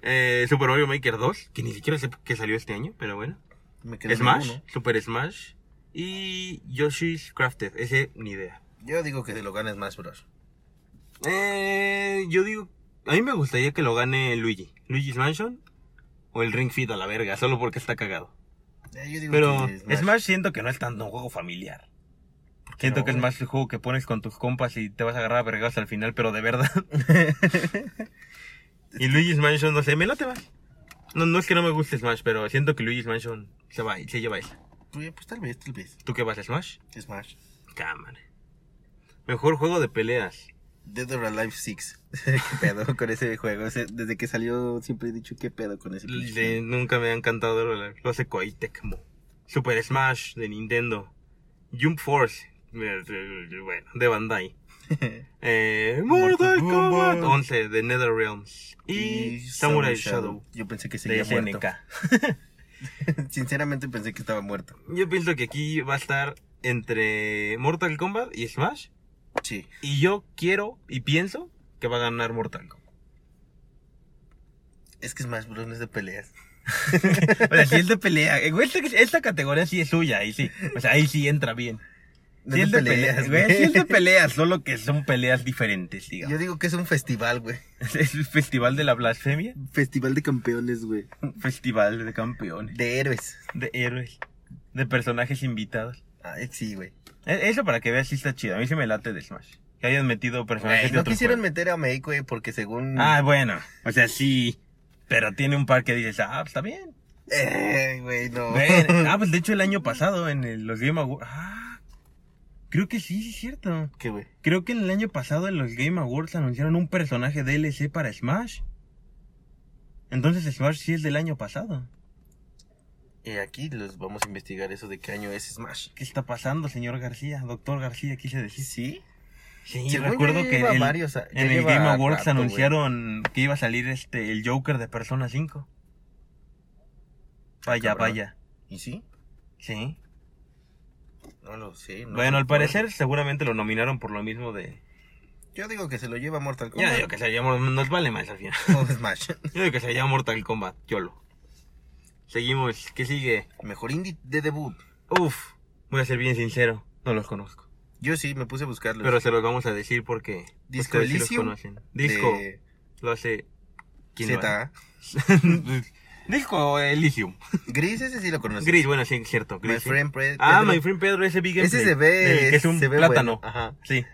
B: Eh, Super Mario Maker 2, que ni siquiera sé que salió este año, pero bueno.
A: Me quedé en
B: Smash,
A: uno.
B: Super Smash y Yoshi's Crafted, ese ni idea.
A: Yo digo que se lo gana Smash Bros.
B: Eh, yo digo, a mí me gustaría que lo gane Luigi. Luigi's Mansion o el Ring Fit a la verga, solo porque está cagado.
A: Eh, yo digo
B: Pero
A: que Smash.
B: Smash, siento que no es tanto un juego familiar.
A: qué
B: Siento
A: no,
B: que es
A: güey?
B: más el juego que pones con tus compas y te vas a agarrar a vergas al final, pero de verdad. y Luigi's Mansion, no sé, me late más. No, no es que no me guste Smash, pero siento que Luigi's Mansion se va, se lleva esa.
A: Pues, pues tal vez, tal vez.
B: ¿Tú qué vas a Smash?
A: Smash.
B: Cámara. Mejor juego de peleas.
A: Dead or Alive 6. ¿Qué pedo con ese juego? Ese- desde que salió siempre he dicho qué pedo con ese pinche
B: De- nunca me ha encantado lo, lo hace Koei Tecmo. Super Smash de Nintendo. Jump Force. eh, eh, Bueno, de Bandai.
A: juego.
B: Eh,
A: Mortal
B: Mortal
A: Kombat.
B: Kombat 11 de NetherRealms. Y, Samurai Shadow.
A: Yo pensé que
B: de
A: seguía muerto.
B: SNK.
A: Sinceramente pensé que estaba muerto.
B: Yo pienso que aquí va a estar entre Mortal Kombat y Smash.
A: Sí.
B: Y yo quiero y pienso que va a ganar Mortal Kombat.
A: Es que Smash Bros. no es de peleas.
B: O sea, si es de pelea. eh, güey, Esta, esta categoría sí es suya, ahí sí. O sea, ahí sí entra bien.
A: No
B: Si es de peleas, güey.
A: güey.
B: Sí es de peleas, solo que son peleas diferentes,
A: Yo
B: digamos.
A: digo que es un festival, güey.
B: Es el festival de la blasfemia,
A: Festival de campeones, güey.
B: un festival de campeones,
A: De héroes.
B: de héroes, de personajes invitados.
A: Ay, sí, güey.
B: E- Eso para que veas si está chido. A mí se me late de Smash. Que hayan metido personajes
A: Güey,
B: de
A: No
B: otro
A: quisieron
B: juego.
A: meter a Meiko, güey, porque según.
B: Ah, bueno. O sea, sí. Pero tiene un par que dices, ah, está bien.
A: Eh, güey, no.
B: Ven, Ah, pues de hecho el año pasado en el- los Game Awards. Ah, creo que sí, sí es cierto.
A: ¿Qué, güey?
B: Creo que en el año pasado en los Game Awards anunciaron un personaje DLC para Smash. Entonces Smash sí es del año pasado.
A: Eh, aquí los vamos a investigar eso de qué año es Smash.
B: ¿Qué está pasando, señor García? Doctor García, quise decir.
A: ¿Sí?
B: Sí,
A: Según
B: recuerdo
A: yo ya
B: que
A: lleva
B: el-
A: varios a- ya
B: en el
A: lleva
B: Game Awards
A: rato, güey.
B: anunciaron que iba a salir este el Joker de Persona 5. Vaya,
A: Ah, Cabrón.
B: vaya.
A: ¿Y sí?
B: Sí.
A: No lo sé. no
B: bueno, al
A: recuerdo.
B: parecer seguramente lo nominaron por lo mismo de...
A: Yo digo que se lo lleva Mortal Kombat.
B: Ya digo que se llama... Nos vale más al final.
A: O Smash.
B: Yo digo que se llama Mortal Kombat. Yolo. Seguimos. ¿Qué sigue?
A: Mejor indie de debut.
B: Uf, voy a ser bien sincero, no los conozco.
A: Yo sí, me puse a buscarlos.
B: Pero se los vamos a decir porque
A: Disco
B: ustedes sí los
A: Elysium
B: conocen. Disco
A: de
B: lo hace ¿quién lo hace?
A: ZA.
B: Disco Elysium.
A: Gris, ese sí lo conoces.
B: Gris, bueno, sí, es cierto.
A: My
B: Gris, sí.
A: Friend Pre-
B: ah,
A: Pedro.
B: My Friend Pedro, ese Big
A: Ese
B: Gameplay,
A: se
B: del
A: ve.
B: que es un
A: se ve
B: plátano.
A: bueno. Ajá.
B: Sí.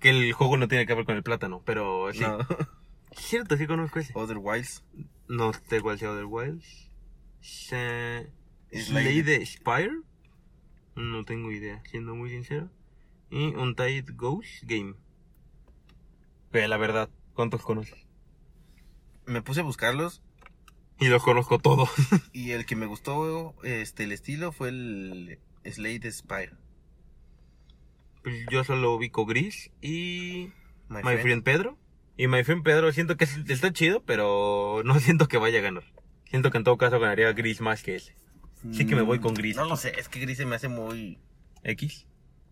B: Que el juego no tiene que ver con el plátano, pero Pues sí.
A: No.
B: Es Cierto, sí conozco ese.
A: Other Wilds.
B: No sé cuál sea Other Wilds. Se- Slay
A: Slay
B: the Spire. No tengo idea, siendo muy sincero. Y Untied Ghost Game. Pero la verdad, ¿cuántos conoces?
A: Me puse a buscarlos.
B: Y los conozco todos.
A: Y el que me gustó este, el estilo fue el Slay the Spire.
B: Pues Yo solo ubico Gris y
A: My,
B: My,
A: Friend.
B: Friend Pedro. Y My Friend Pedro siento que es- está chido, pero no siento que vaya a ganar. Siento que en todo caso ganaría Gris más que ese. Sí que me voy con Gris.
A: Mm, No lo sé, es que Gris se me hace muy
B: ¿X?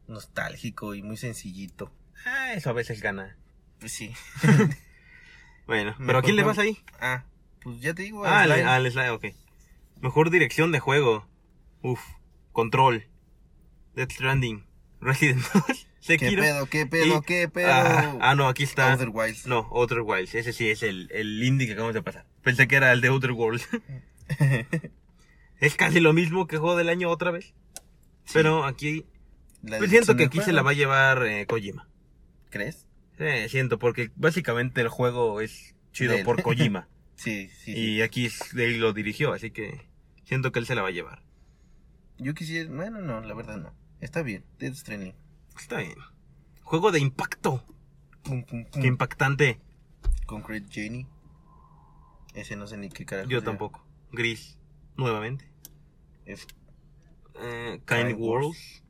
A: nostálgico y muy sencillito.
B: Ah, eso a veces gana.
A: Pues sí.
B: Bueno, ¿pero a
A: Mejor
B: quién le
A: juego.
B: vas ahí?
A: Ah, pues ya te digo.
B: Ah, al,
A: Slay.
B: al slide, ok. Mejor dirección de juego. Uf. Control. Death Stranding. Resident Evil.
A: ¿Qué
B: Sekiro.
A: pedo, qué pedo,
B: y-
A: qué pedo?
B: Ah, ah, no, aquí está.
A: Outer Wilds.
B: No, Outer Wilds. Ese sí es el, el indie que acabamos de pasar. Pensé que era el de Outer Worlds. es casi lo mismo que juego del año otra vez. Pero aquí.
A: La
B: Pues
A: dirección
B: siento que
A: del
B: aquí se
A: juego.
B: la va a llevar eh, Kojima.
A: ¿Crees?
B: Eh, siento, porque básicamente el juego es chido
A: De él.
B: por Kojima.
A: Sí, sí. sí.
B: Y aquí es- él lo dirigió, así que siento que él se la va a llevar.
A: Yo quisiera. Bueno, no, la verdad no. Está bien. Dead Stranding.
B: Está bien. Juego de impacto.
A: Pum, pum, pum.
B: Qué impactante.
A: Concrete Jenny. Ese no sé ni qué carajo.
B: Yo
A: sea.
B: tampoco. Gris. Nuevamente.
A: Es
B: Eh,
A: Kind
B: kind Worlds.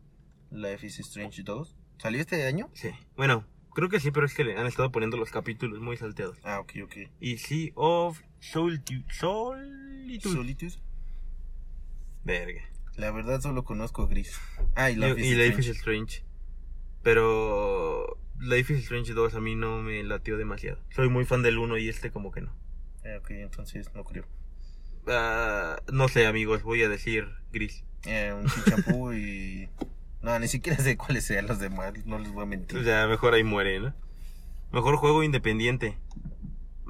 A: Life is Strange 2. ¿Salió este año?
B: Sí. Bueno, creo que sí, pero es que le han estado poniendo los capítulos muy salteados.
A: Ah, ok, ok.
B: Y Sea of Solitude. Solitude.
A: Solitude.
B: Verga.
A: La verdad solo conozco Gris. Ah, y
B: Yo-
A: Life is
B: y Life is
A: Strange.
B: Strange. Pero Life is Strange 2 a mí no me latió demasiado. Soy muy fan del 1 y este como que no.
A: Ah, ok, entonces no creo.
B: Ah, no sé, amigos, voy a decir gris.
A: Eh, un chichapú y. No, ni siquiera sé cuáles sean los demás, no les voy a
B: O
A: mentir.
B: sea, mejor ahí muere, ¿no? Mejor juego independiente.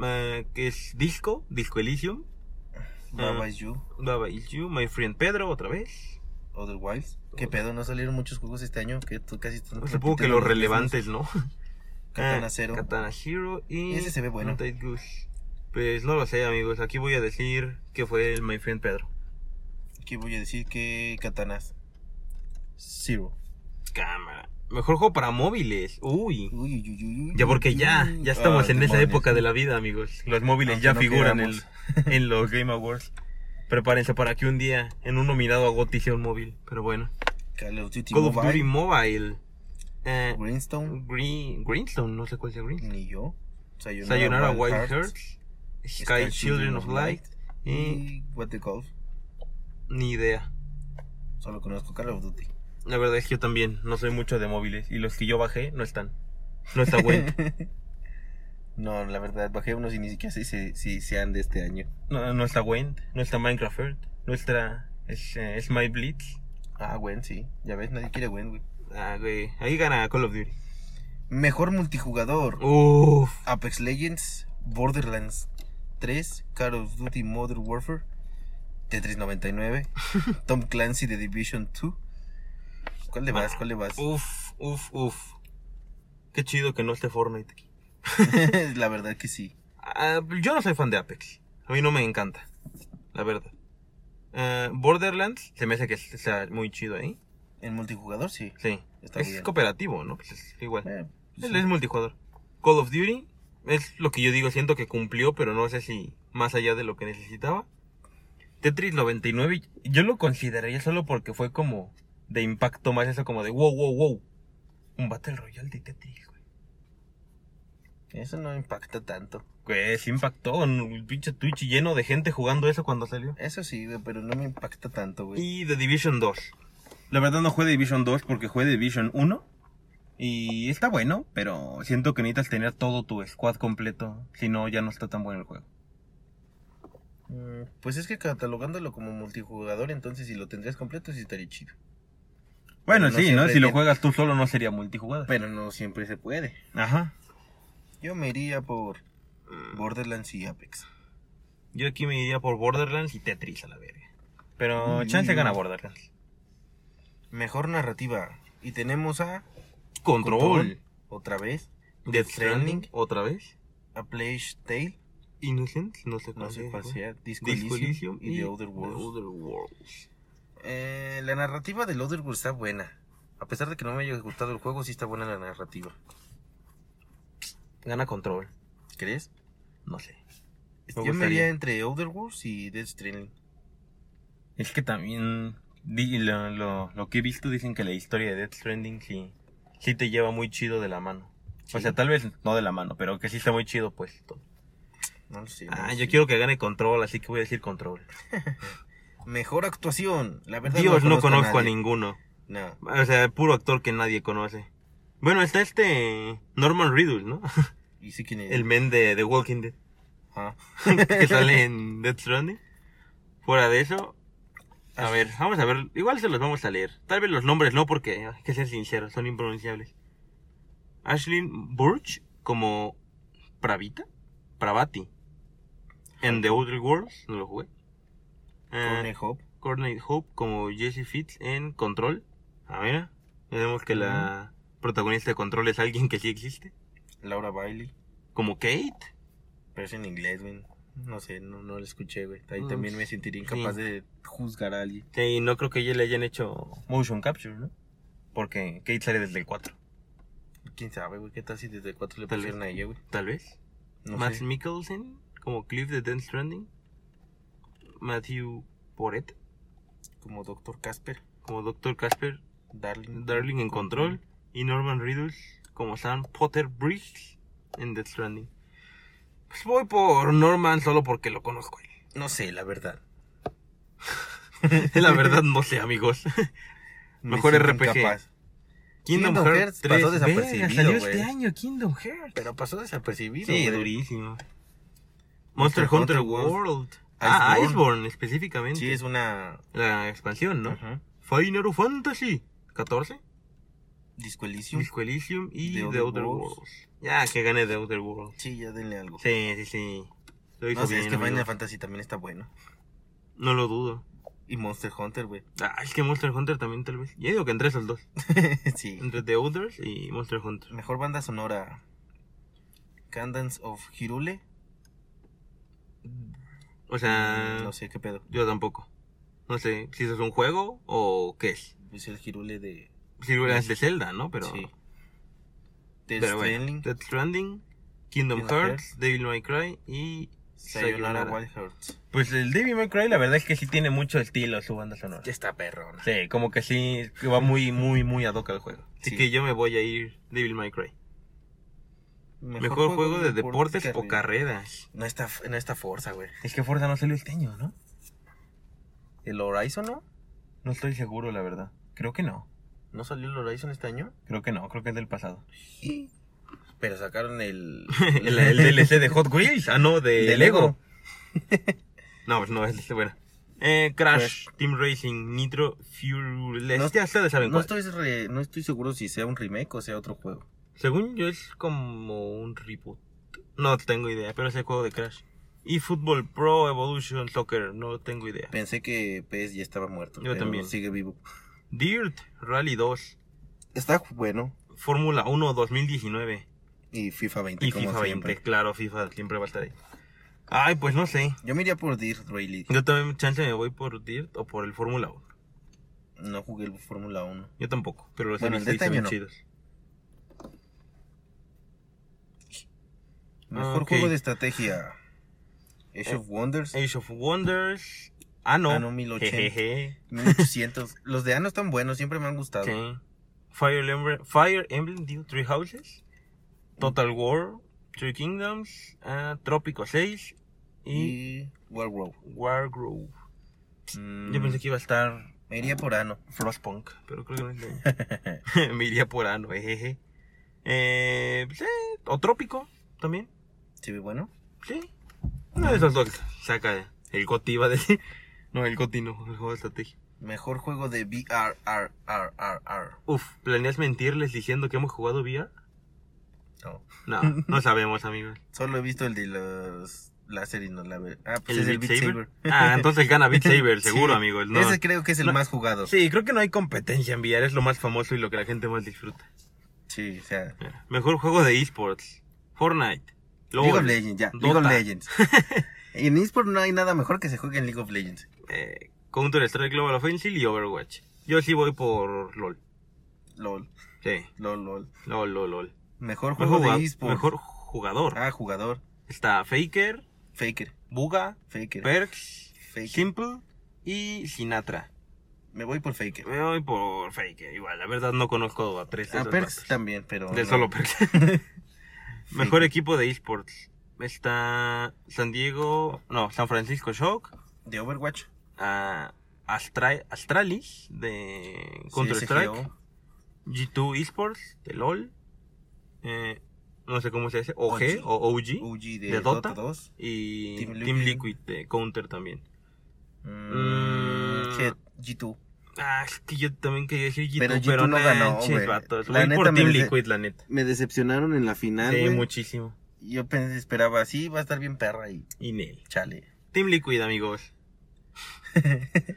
B: Eh, que es Disco, Disco Elysium, ah.
A: Baba Is You,
B: Baba Is You, My Friend Pedro, otra vez.
A: Otherwise. ¿Qué pedo? ¿No salieron muchos juegos este año? Que tú casi están
B: Supongo que
A: repitiendo
B: los
A: mismos.
B: relevantes, ¿no?
A: Katana
B: Ah,
A: Zero.
B: Katana Zero y.
A: Ese se ve bueno.
B: Mountain Goose. Pues no lo sé, amigos. Aquí voy a decir que fue el My Friend Pedro.
A: Aquí voy a decir que Katanas. Zero.
B: Cámara. Mejor juego para móviles. Uy.
A: Uy, uy, uy, uy, uy,
B: Ya porque
A: uy,
B: ya,
A: uy.
B: ya estamos
A: Ah,
B: en esa
A: demonios.
B: época de la vida, amigos. Los móviles
A: Aunque
B: ya
A: Ah, no
B: figuran en,
A: queramos.
B: en los Game Awards. Prepárense para que un día en uno mirado a Gotti sea un móvil. Pero bueno.
A: Call of Duty
B: Call of
A: Mobile,
B: Duty Mobile. Eh,
A: Greenstone,
B: Green, Greenstone, no sé cuál sea Greenstone.
A: ni yo. Sayonara,
B: Sayonara Wild
A: Hearts,
B: Hearts. Sky,
A: Sky
B: Children of Light. Y
A: y What the Golf.
B: ni idea.
A: Solo conozco Call of Duty.
B: La verdad es que yo también no soy mucho de móviles. Y los que yo bajé no están. No está bueno.
A: no, la verdad, bajé unos y ni siquiera sé si, si sean de este año.
B: No, no está Wendt, no está Minecraft Earth, no está es, eh, Smite Blitz.
A: Ah, Gwen, sí. Ya ves, nadie quiere Gwen, güey.
B: Ah, güey, ahí gana Call of Duty.
A: Mejor multijugador.
B: Uff,
A: Apex Legends, Borderlands 3, Call of Duty Modern Warfare, Tetris 99, Tom Clancy The Division 2. ¿Cuál le vas? ¿Cuál le vas?
B: uff, uff, uff. Qué chido que no esté Fortnite aquí.
A: la verdad que sí.
B: Ah, yo no soy fan de Apex. A mí no me encanta, la verdad. Ah, Borderlands se me hace que está muy chido ahí.
A: En multijugador sí.
B: Sí,
A: Está
B: es
A: bien.
B: cooperativo, ¿no? Pues es igual.
A: Eh,
B: Él
A: sí.
B: Es multijugador. Call of Duty es lo que yo digo, siento que cumplió, pero no sé si más allá de lo que necesitaba. Tetris 99, yo lo consideraría solo porque fue como de impacto más eso, como de wow, wow, wow. Un Battle Royale de Tetris, güey.
A: Eso no impacta tanto.
B: Güey, sí impactó, en un pinche Twitch lleno de gente jugando eso cuando salió.
A: Eso sí, güey, pero no me impacta tanto, güey.
B: Y The Division 2. La verdad no jugué Division 2 porque jugué Division 1. Y está bueno, pero siento que necesitas tener todo tu squad completo. Si no, ya no está tan bueno el juego.
A: Mm, Pues es que catalogándolo como multijugador, entonces si lo tendrías completo, sí estaría chido.
B: Bueno,
A: No
B: sí, ¿no?
A: siempre
B: Si lo
A: tiene-
B: juegas tú solo no sería multijugador.
A: Pero no siempre se puede.
B: Ajá.
A: Yo me iría por
B: Mm.
A: Borderlands y Apex.
B: Yo aquí me iría por Borderlands y Tetris a la verga. Pero
A: Mm.
B: chance gana Borderlands.
A: Mejor narrativa. Y tenemos a
B: Control.
A: otra vez,
B: Death
A: Stranding.
B: Stranding. Otra vez.
A: A Plague Tale,
B: Innocent. No sé
A: no sé cuál sea, Disco,
B: Disco
A: Elysium
B: Elysium
A: y The Other Worlds.
B: Other Worlds.
A: Eh, la narrativa del Other Worlds está buena. A pesar de que no me haya gustado el juego, sí está buena la narrativa.
B: Gana Control.
A: ¿Crees?
B: No sé. Me
A: Yo me
B: gustaría.
A: iría entre Other Worlds y Death Stranding.
B: Es que también di- lo, lo- lo que he visto dicen que la historia de Death Stranding sí, sí te lleva muy chido de la mano. O sea, tal vez no de la mano, pero que sí está muy chido pues todo.
A: No lo sé. no
B: Ah,
A: lo
B: yo
A: sé.
B: quiero que gane control, así que voy a decir control.
A: Mejor actuación. La verdad
B: Dios, no conozco a
A: nadie.
B: ninguno.
A: No.
B: O sea, puro actor que nadie conoce. Bueno, está este Norman Reedus, ¿no?
A: ¿Y sí quién es?
B: El men de The Walking Dead,
A: Ah.
B: que sale en Death Stranding. Fuera de eso, a ver, vamos a ver, igual se los vamos a leer. Tal vez los nombres no, porque hay que ser sinceros, son impronunciables. Ashlyn Burch como Pravita, Pravati. En The Outer Worlds, no lo jugué. Ah,
A: Courtney Hope.
B: Courtney Hope como Jesse Fitz en Control. Ah, mira. Vemos que la protagonista de Control es alguien que sí existe.
A: Laura Bailey.
B: Como Kate.
A: Pero es en inglés, güey. No sé, no, no lo escuché, güey. Ahí
B: Mm,
A: también me sentiría incapaz
B: sí.
A: de juzgar a alguien.
B: Sí, no creo que ella le hayan hecho motion capture, ¿no? Porque Kate sale desde el 4.
A: ¿Quién sabe, güey? ¿Qué tal si desde el 4 le
B: Tal
A: pusieron a ella, güey?
B: Tal vez.
A: No
B: Max
A: sé.
B: Mikkelsen como Cliff de Death Stranding. Matthew Poret
A: Como Doctor Casper.
B: como Dr. Casper.
A: Darling.
B: Darling en Control. Y Norman Reedus como Sam Potter Briggs en Death Stranding. Pues voy por Norman solo porque lo conozco a él.
A: No sé, la verdad.
B: La verdad no sé, amigos.
A: Me
B: Mejor
A: siento
B: RPG.
A: Kingdom Hearts pasó
B: tres.
A: desapercibido,
B: Verga, salió
A: güey.
B: este año Kingdom Hearts.
A: Pero pasó desapercibido.
B: sí,
A: güey.
B: durísimo. Monster,
A: Hunter
B: Hunter,
A: World.
B: World. Ah,
A: Iceborne.
B: Iceborne específicamente.
A: Sí, es una.
B: La expansión, ¿no?
A: Ajá.
B: Final Fantasy 14.
A: Disco Elysium.
B: Disco Elysium y
A: The
B: The,
A: Outer
B: Outer
A: Worlds.
B: Worlds. Ya, que gane The Outer Worlds.
A: Sí, ya denle algo.
B: Sí, sí, sí. Lo hizo
A: No, sí,
B: bien,
A: es que
B: amigo.
A: Final Fantasy también está bueno.
B: No lo dudo.
A: Y Monster Hunter, güey.
B: Ah, es que Monster Hunter también, tal vez. Yo digo que entre esos dos.
A: sí.
B: Entre The Others y Monster Hunter.
A: Mejor banda sonora. Candance of Hirule.
B: O sea,
A: Mm, No sé qué pedo.
B: yo tampoco. No sé si eso es un juego o qué es.
A: Es el Hirule de.
B: Si es de Zelda, ¿no? Pero,
A: Sí. Death
B: pero bueno.
A: Stranding.
B: Death Stranding, Kingdom
A: Kingdom
B: Hearts, Devil May Cry y...
A: Sayonara
B: Sayonara.
A: Wild Hearts.
B: Pues el Devil May Cry la verdad es que sí tiene mucho estilo su banda sonora.
A: está perrona.
B: Sí, como que sí, que va muy, muy, muy ad hoc al juego. Así
A: Sí.
B: que yo me voy a ir Devil May Cry. Mejor, juego, de deportes o carreras.
A: No está, no está Forza, güey.
B: Es que Forza no salió este año, ¿no?
A: ¿El Horizon no?
B: No estoy seguro, la verdad. Creo que no.
A: ¿No salió el Horizon este año?
B: Creo que no, creo que es del pasado.
A: Pero sacaron el.
B: el, el DLC de Hot Wheels. Ah, no, de,
A: De
B: Lego.
A: Lego.
B: no, pues no, es bueno. Eh, Crash,
A: Crash.
B: Team Racing, Nitro, Fuel.
A: No-
B: ya ustedes saben
A: No
B: cuál.
A: estoy, re- no estoy seguro si sea un remake o sea otro juego.
B: Según yo es como un reboot. No tengo idea, pero es el juego de Crash. Y Football Pro Evolution Soccer, no tengo idea.
A: Pensé que PES ya estaba muerto.
B: Yo
A: pero
B: también.
A: Sigue vivo.
B: Dirt Rally 2,
A: Está bueno.
B: Fórmula 1 2019
A: Y FIFA 20,
B: y
A: como
B: FIFA 20.
A: siempre.
B: Claro, FIFA siempre va a estar ahí. Ay, pues no sé.
A: Yo me iría por Dirt Rally.
B: Yo también chance me voy por Dirt o por el Fórmula 1.
A: No jugué el Fórmula 1.
B: Yo tampoco, pero los
A: Bueno,
B: bueno, este
A: el
B: visto y
A: detalle
B: se ven
A: no.
B: chidos.
A: Mejor
B: ok.
A: juego de estrategia. Age of Wonders.
B: Age of Wonders. Ah, no.
A: Ano 1080.
B: Jejeje.
A: 1800. Los de Ano están buenos, siempre me han gustado.
B: Sí. Fire Emblem, Fire Emblem Deal Three Houses, Total War, Three Kingdoms, ah, Trópico 6 y,
A: Y Wargrove.
B: Wargrove.
A: Mm,
B: Yo pensé que iba a estar
A: Me iría por Ano.
B: Frostpunk, pero creo que no es de ahí. Me iría por Ano, jejeje. Eh, pues, eh, o Trópico también,
A: ¿Se ve bueno?
B: sí. Uno de esos dos saca el Goti, iba a decir. No, el Goti no, el juego de estrategia.
A: Mejor juego de VRRRR.
B: Uf, ¿planeas mentirles diciendo que hemos jugado VR?
A: No.
B: No, no sabemos, amigos.
A: Solo he visto el de los láser y no la ver. Ah, pues
B: ¿El
A: es el
B: Beat
A: Beat
B: Saber?
A: Saber.
B: Ah, entonces gana Beat Saber, seguro,
A: Sí.
B: amigos. No.
A: Ese creo que es el
B: No.
A: más jugado. Sí.
B: Sí, creo que no hay competencia en VR, es lo más famoso y lo que la gente más disfruta.
A: o sea.
B: Mira, Mejor juego de esports. Fortnite. LOL,
A: League of Legends, ya. League of
B: Dota.
A: Legends. en eSport no hay nada mejor que se juegue en League of Legends.
B: eh, Counter Strike Global Offensive y Overwatch. Yo sí voy por LOL.
A: LOL,
B: Sí,
A: LOL, LOL.
B: LOL, LOL, LOL.
A: Mejor
B: Mejor,
A: juego
B: jugado-
A: de eSport.
B: mejor jugador.
A: Ah, jugador.
B: Está Faker,
A: Faker,
B: Buga,
A: Faker.
B: Perks,
A: Faker.
B: Simple y Sinatra.
A: Me voy por Faker.
B: Me voy por Faker, igual. La verdad no conozco a tres de
A: A
B: esos
A: Ah, Perks
B: vatos.
A: también, pero.
B: Pues, Del
A: no.
B: solo Perks. Mejor equipo de esports. Está San Diego, no, San Francisco Shock,
A: De Overwatch.
B: ah, Astra- Astralis de Counter-Strike,
A: CSGO,
B: G2 Esports de LOL, eh, no sé cómo se dice, OG
A: OG.
B: o OG,
A: UG de,
B: ¿De Dota?
A: Dota? 2.
B: y
A: Team
B: Team Liquid
A: Liquid
B: de Counter también.
A: Mm, Head, G2.
B: Ah, es que yo también quería decir G2, pero,
A: Pero G2 no
B: nah,
A: ganó,
B: ches,
A: güey.
B: vatos.
A: La
B: Voy
A: neta
B: por
A: me
B: Team
A: dece-
B: Liquid, la neta.
A: Me decepcionaron en la final.
B: Sí,
A: güey.
B: muchísimo.
A: Yo pensé, esperaba, sí, va a estar bien perra y
B: Y Nel.
A: chale.
B: Team Liquid, amigos.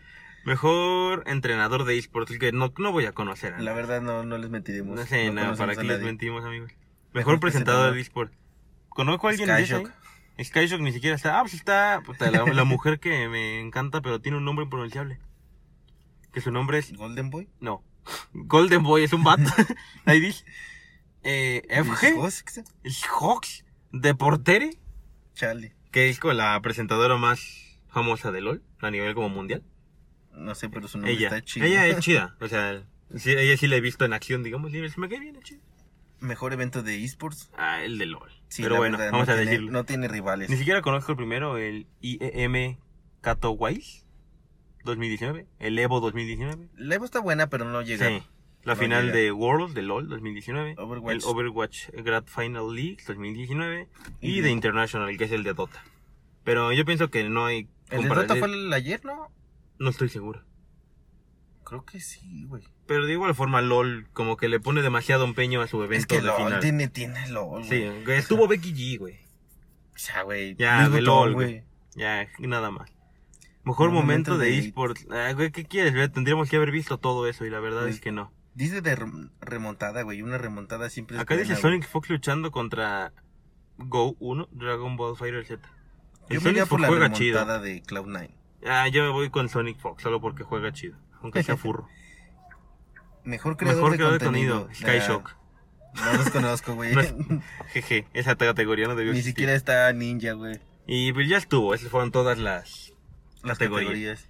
B: Mejor entrenador de esports que no, no voy a conocer. a
A: La
B: nadie.
A: verdad no, no les mentiremos.
B: no sé nada,
A: conocemos
B: para
A: a
B: qué les
A: nadie. Este
B: mentimos, amigos. Mejor,
A: Mejor
B: presentador
A: presentador.
B: de esports. ¿Conozco a alguien de ese?
A: Skyshot.
B: ahí? Skyshock ni siquiera está. Ah, pues está puta, la, la mujer que me encanta, pero tiene un nombre impronunciable. Que su nombre es.
A: Golden Boy.
B: No. Golden Boy es un vato. Ahí dice. Eh, FG.
A: Discogs,
B: Hawks. De Portere.
A: Chale.
B: Que es como la presentadora más famosa de LOL. A nivel como mundial.
A: No sé, pero su nombre
B: Ella.
A: está chido.
B: Ella es chida. O sea, sí, ella sí la he visto en acción, digamos. Y se me cae bien, es chida.
A: Mejor evento de esports.
B: Ah, el de LOL.
A: Sí,
B: Pero
A: la
B: bueno,
A: verdad,
B: vamos
A: no
B: a
A: tiene-
B: decirlo.
A: No tiene rivales.
B: Ni siquiera conozco el primero, el E IEM Katowice 2019. El Evo 2019.
A: La Evo está buena, pero no llega.
B: Sí. La
A: No
B: final
A: llega.
B: de Worlds de LOL 2019.
A: Overwatch.
B: El Overwatch Grand Final League 2019. Y
A: Y
B: de
A: de-
B: International, que es el de Dota. Pero yo pienso que no hay
A: El de
B: comparación.
A: Dota fue el ayer, ¿no?
B: No estoy seguro.
A: Creo que sí, güey.
B: Pero de igual forma, LOL como que le pone demasiado empeño a su evento
A: Es que
B: de
A: LOL
B: final.
A: tiene, tiene LOL,
B: Sí,
A: güey.
B: güey, estuvo Becky G, güey.
A: O sea, güey.
B: Ya,
A: Luis
B: de
A: Butón,
B: LOL, güey. Ya, nada más. Mejor
A: Un
B: momento
A: momento
B: de
A: de-
B: eSports. Ah, güey, ¿qué quieres? ver? Tendríamos que haber visto todo eso y la verdad
A: Sí.
B: es que no.
A: Dice de rem- remontada, güey. Una remontada siempre es
B: Acá dice
A: buena, güey.
B: Sonic Fox luchando contra Go 1, Dragon Ball Fighter Z. El
A: Yo me iría por
B: Sonic Fox
A: la
B: juega
A: remontada
B: chido.
A: de Cloud9.
B: Ah, yo me voy con Sonic Fox, solo porque juega chido. Aunque sea furro.
A: Mejor creador,
B: Mejor
A: de,
B: creador de
A: contenido.
B: contenido, Sky
A: Ah,
B: Shock.
A: No los conozco, güey.
B: No este, es- Jeje, esa categoría no debió
A: Ni
B: existir.
A: siquiera está Ninja, güey.
B: Y pues ya estuvo, esas fueron todas las...
A: Las
B: Categorías.
A: categorías.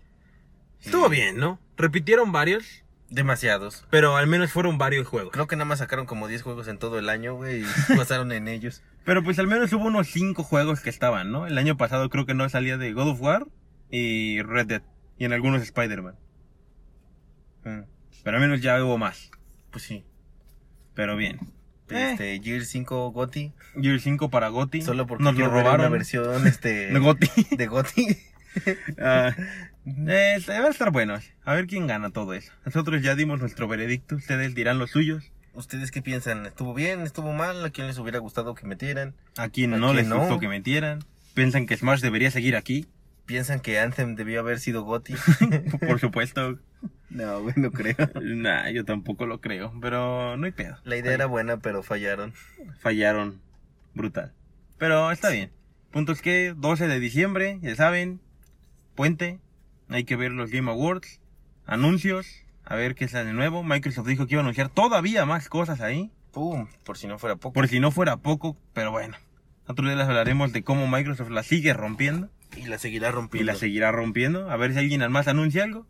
B: Estuvo
A: Y-
B: bien, ¿no? Repitieron varios,
A: Demasiados.
B: pero al menos fueron varios juegos.
A: Creo que nada más sacaron como 10 juegos en todo el año, güey. Y pasaron en ellos.
B: Pero pues al menos hubo unos cinco juegos que estaban, ¿no? El año pasado creo que no salía de God of War y Red Dead. Y en algunos Spider-Man.
A: Mm,
B: Pero al menos ya hubo más.
A: Pues sí.
B: Pero bien. Eh.
A: Este, Gear 5 Goti.
B: Y el 5 para Gotti.
A: Solo porque
B: nos lo
A: quiero ver una
B: robaron.
A: versión este,
B: De Gotti.
A: de Goti.
B: Ah, eh, va a estar bueno. A ver quién gana todo eso. Nosotros ya dimos nuestro veredicto. Ustedes dirán los suyos.
A: ¿Ustedes qué piensan? ¿Estuvo bien? ¿Estuvo mal? ¿A quién les hubiera gustado que metieran?
B: A quien
A: ¿A
B: no
A: quién
B: les
A: no?
B: gustó que metieran. Piensan que Smash debería seguir aquí.
A: ¿Piensan que Anthem debió haber sido Goti?
B: Por supuesto.
A: no, güey, no creo.
B: nah, yo tampoco lo creo. Pero no hay pedo.
A: La idea era buena, pero fallaron.
B: fallaron brutal. Pero está bien. Puntos que 12 de diciembre, ya saben, puente, hay que ver los Game Awards, anuncios, a ver qué sale nuevo. Microsoft dijo que iba a anunciar todavía más cosas ahí,
A: Pum, por si no fuera poco.
B: por si no fuera poco, pero bueno. Otro día les hablaremos de cómo Microsoft la sigue rompiendo
A: Y la seguirá
B: y
A: rompiendo.
B: la seguirá rompiendo. A ver si alguien más anuncia algo.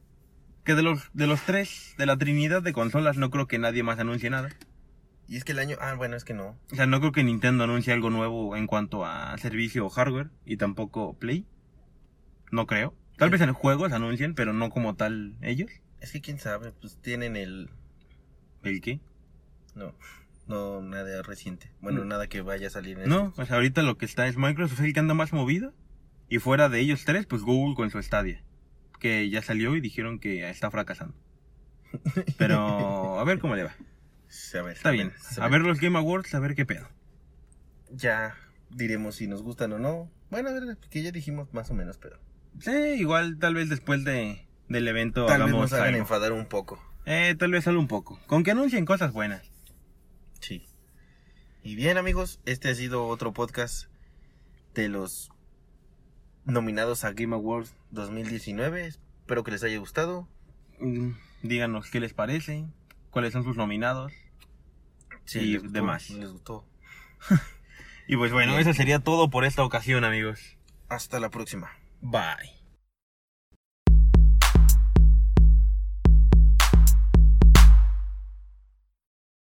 B: Que de los, de los tres, de la trinidad de consolas, no creo que nadie más anuncie nada.
A: Y es que el año. Ah, bueno, es que no.
B: O sea, no creo que Nintendo anuncie algo nuevo en cuanto a servicio o hardware y tampoco Play. No creo. Tal vez en juegos anuncien, pero no como tal ellos.
A: Es que quién sabe, pues tienen el.
B: ¿El qué?
A: No, no, nada reciente. Bueno,
B: No.
A: nada que vaya a salir en
B: Mm. No, pues ahorita lo que está es Microsoft es el que anda más movido. Y fuera de ellos tres, pues Google con su Stadia. Que ya salió y dijeron que está fracasando. Pero a ver cómo le va.
A: esto. A ver,
B: Está bien.
A: se
B: A ver los Game Awards, a ver qué pedo.
A: Ya diremos si nos gustan o no. Bueno, a ver, que ya dijimos más o menos, pero.
B: Sí, igual tal vez después de, del evento
A: Tal vez nos hagan
B: algo.
A: enfadar un poco.
B: Eh, tal vez solo un poco. Con que anuncien cosas buenas.
A: Sí. Y bien, amigos, este ha sido otro podcast de los nominados a Game Awards 2019. Espero que les haya gustado.
B: Mm, Díganos qué les parece, cuáles son sus nominados.
A: Si
B: Y
A: les gustó,
B: demás.
A: no les gustó.
B: Y pues bueno,
A: Bien.
B: eso sería todo por esta ocasión, amigos.
A: Hasta la próxima.
B: Bye.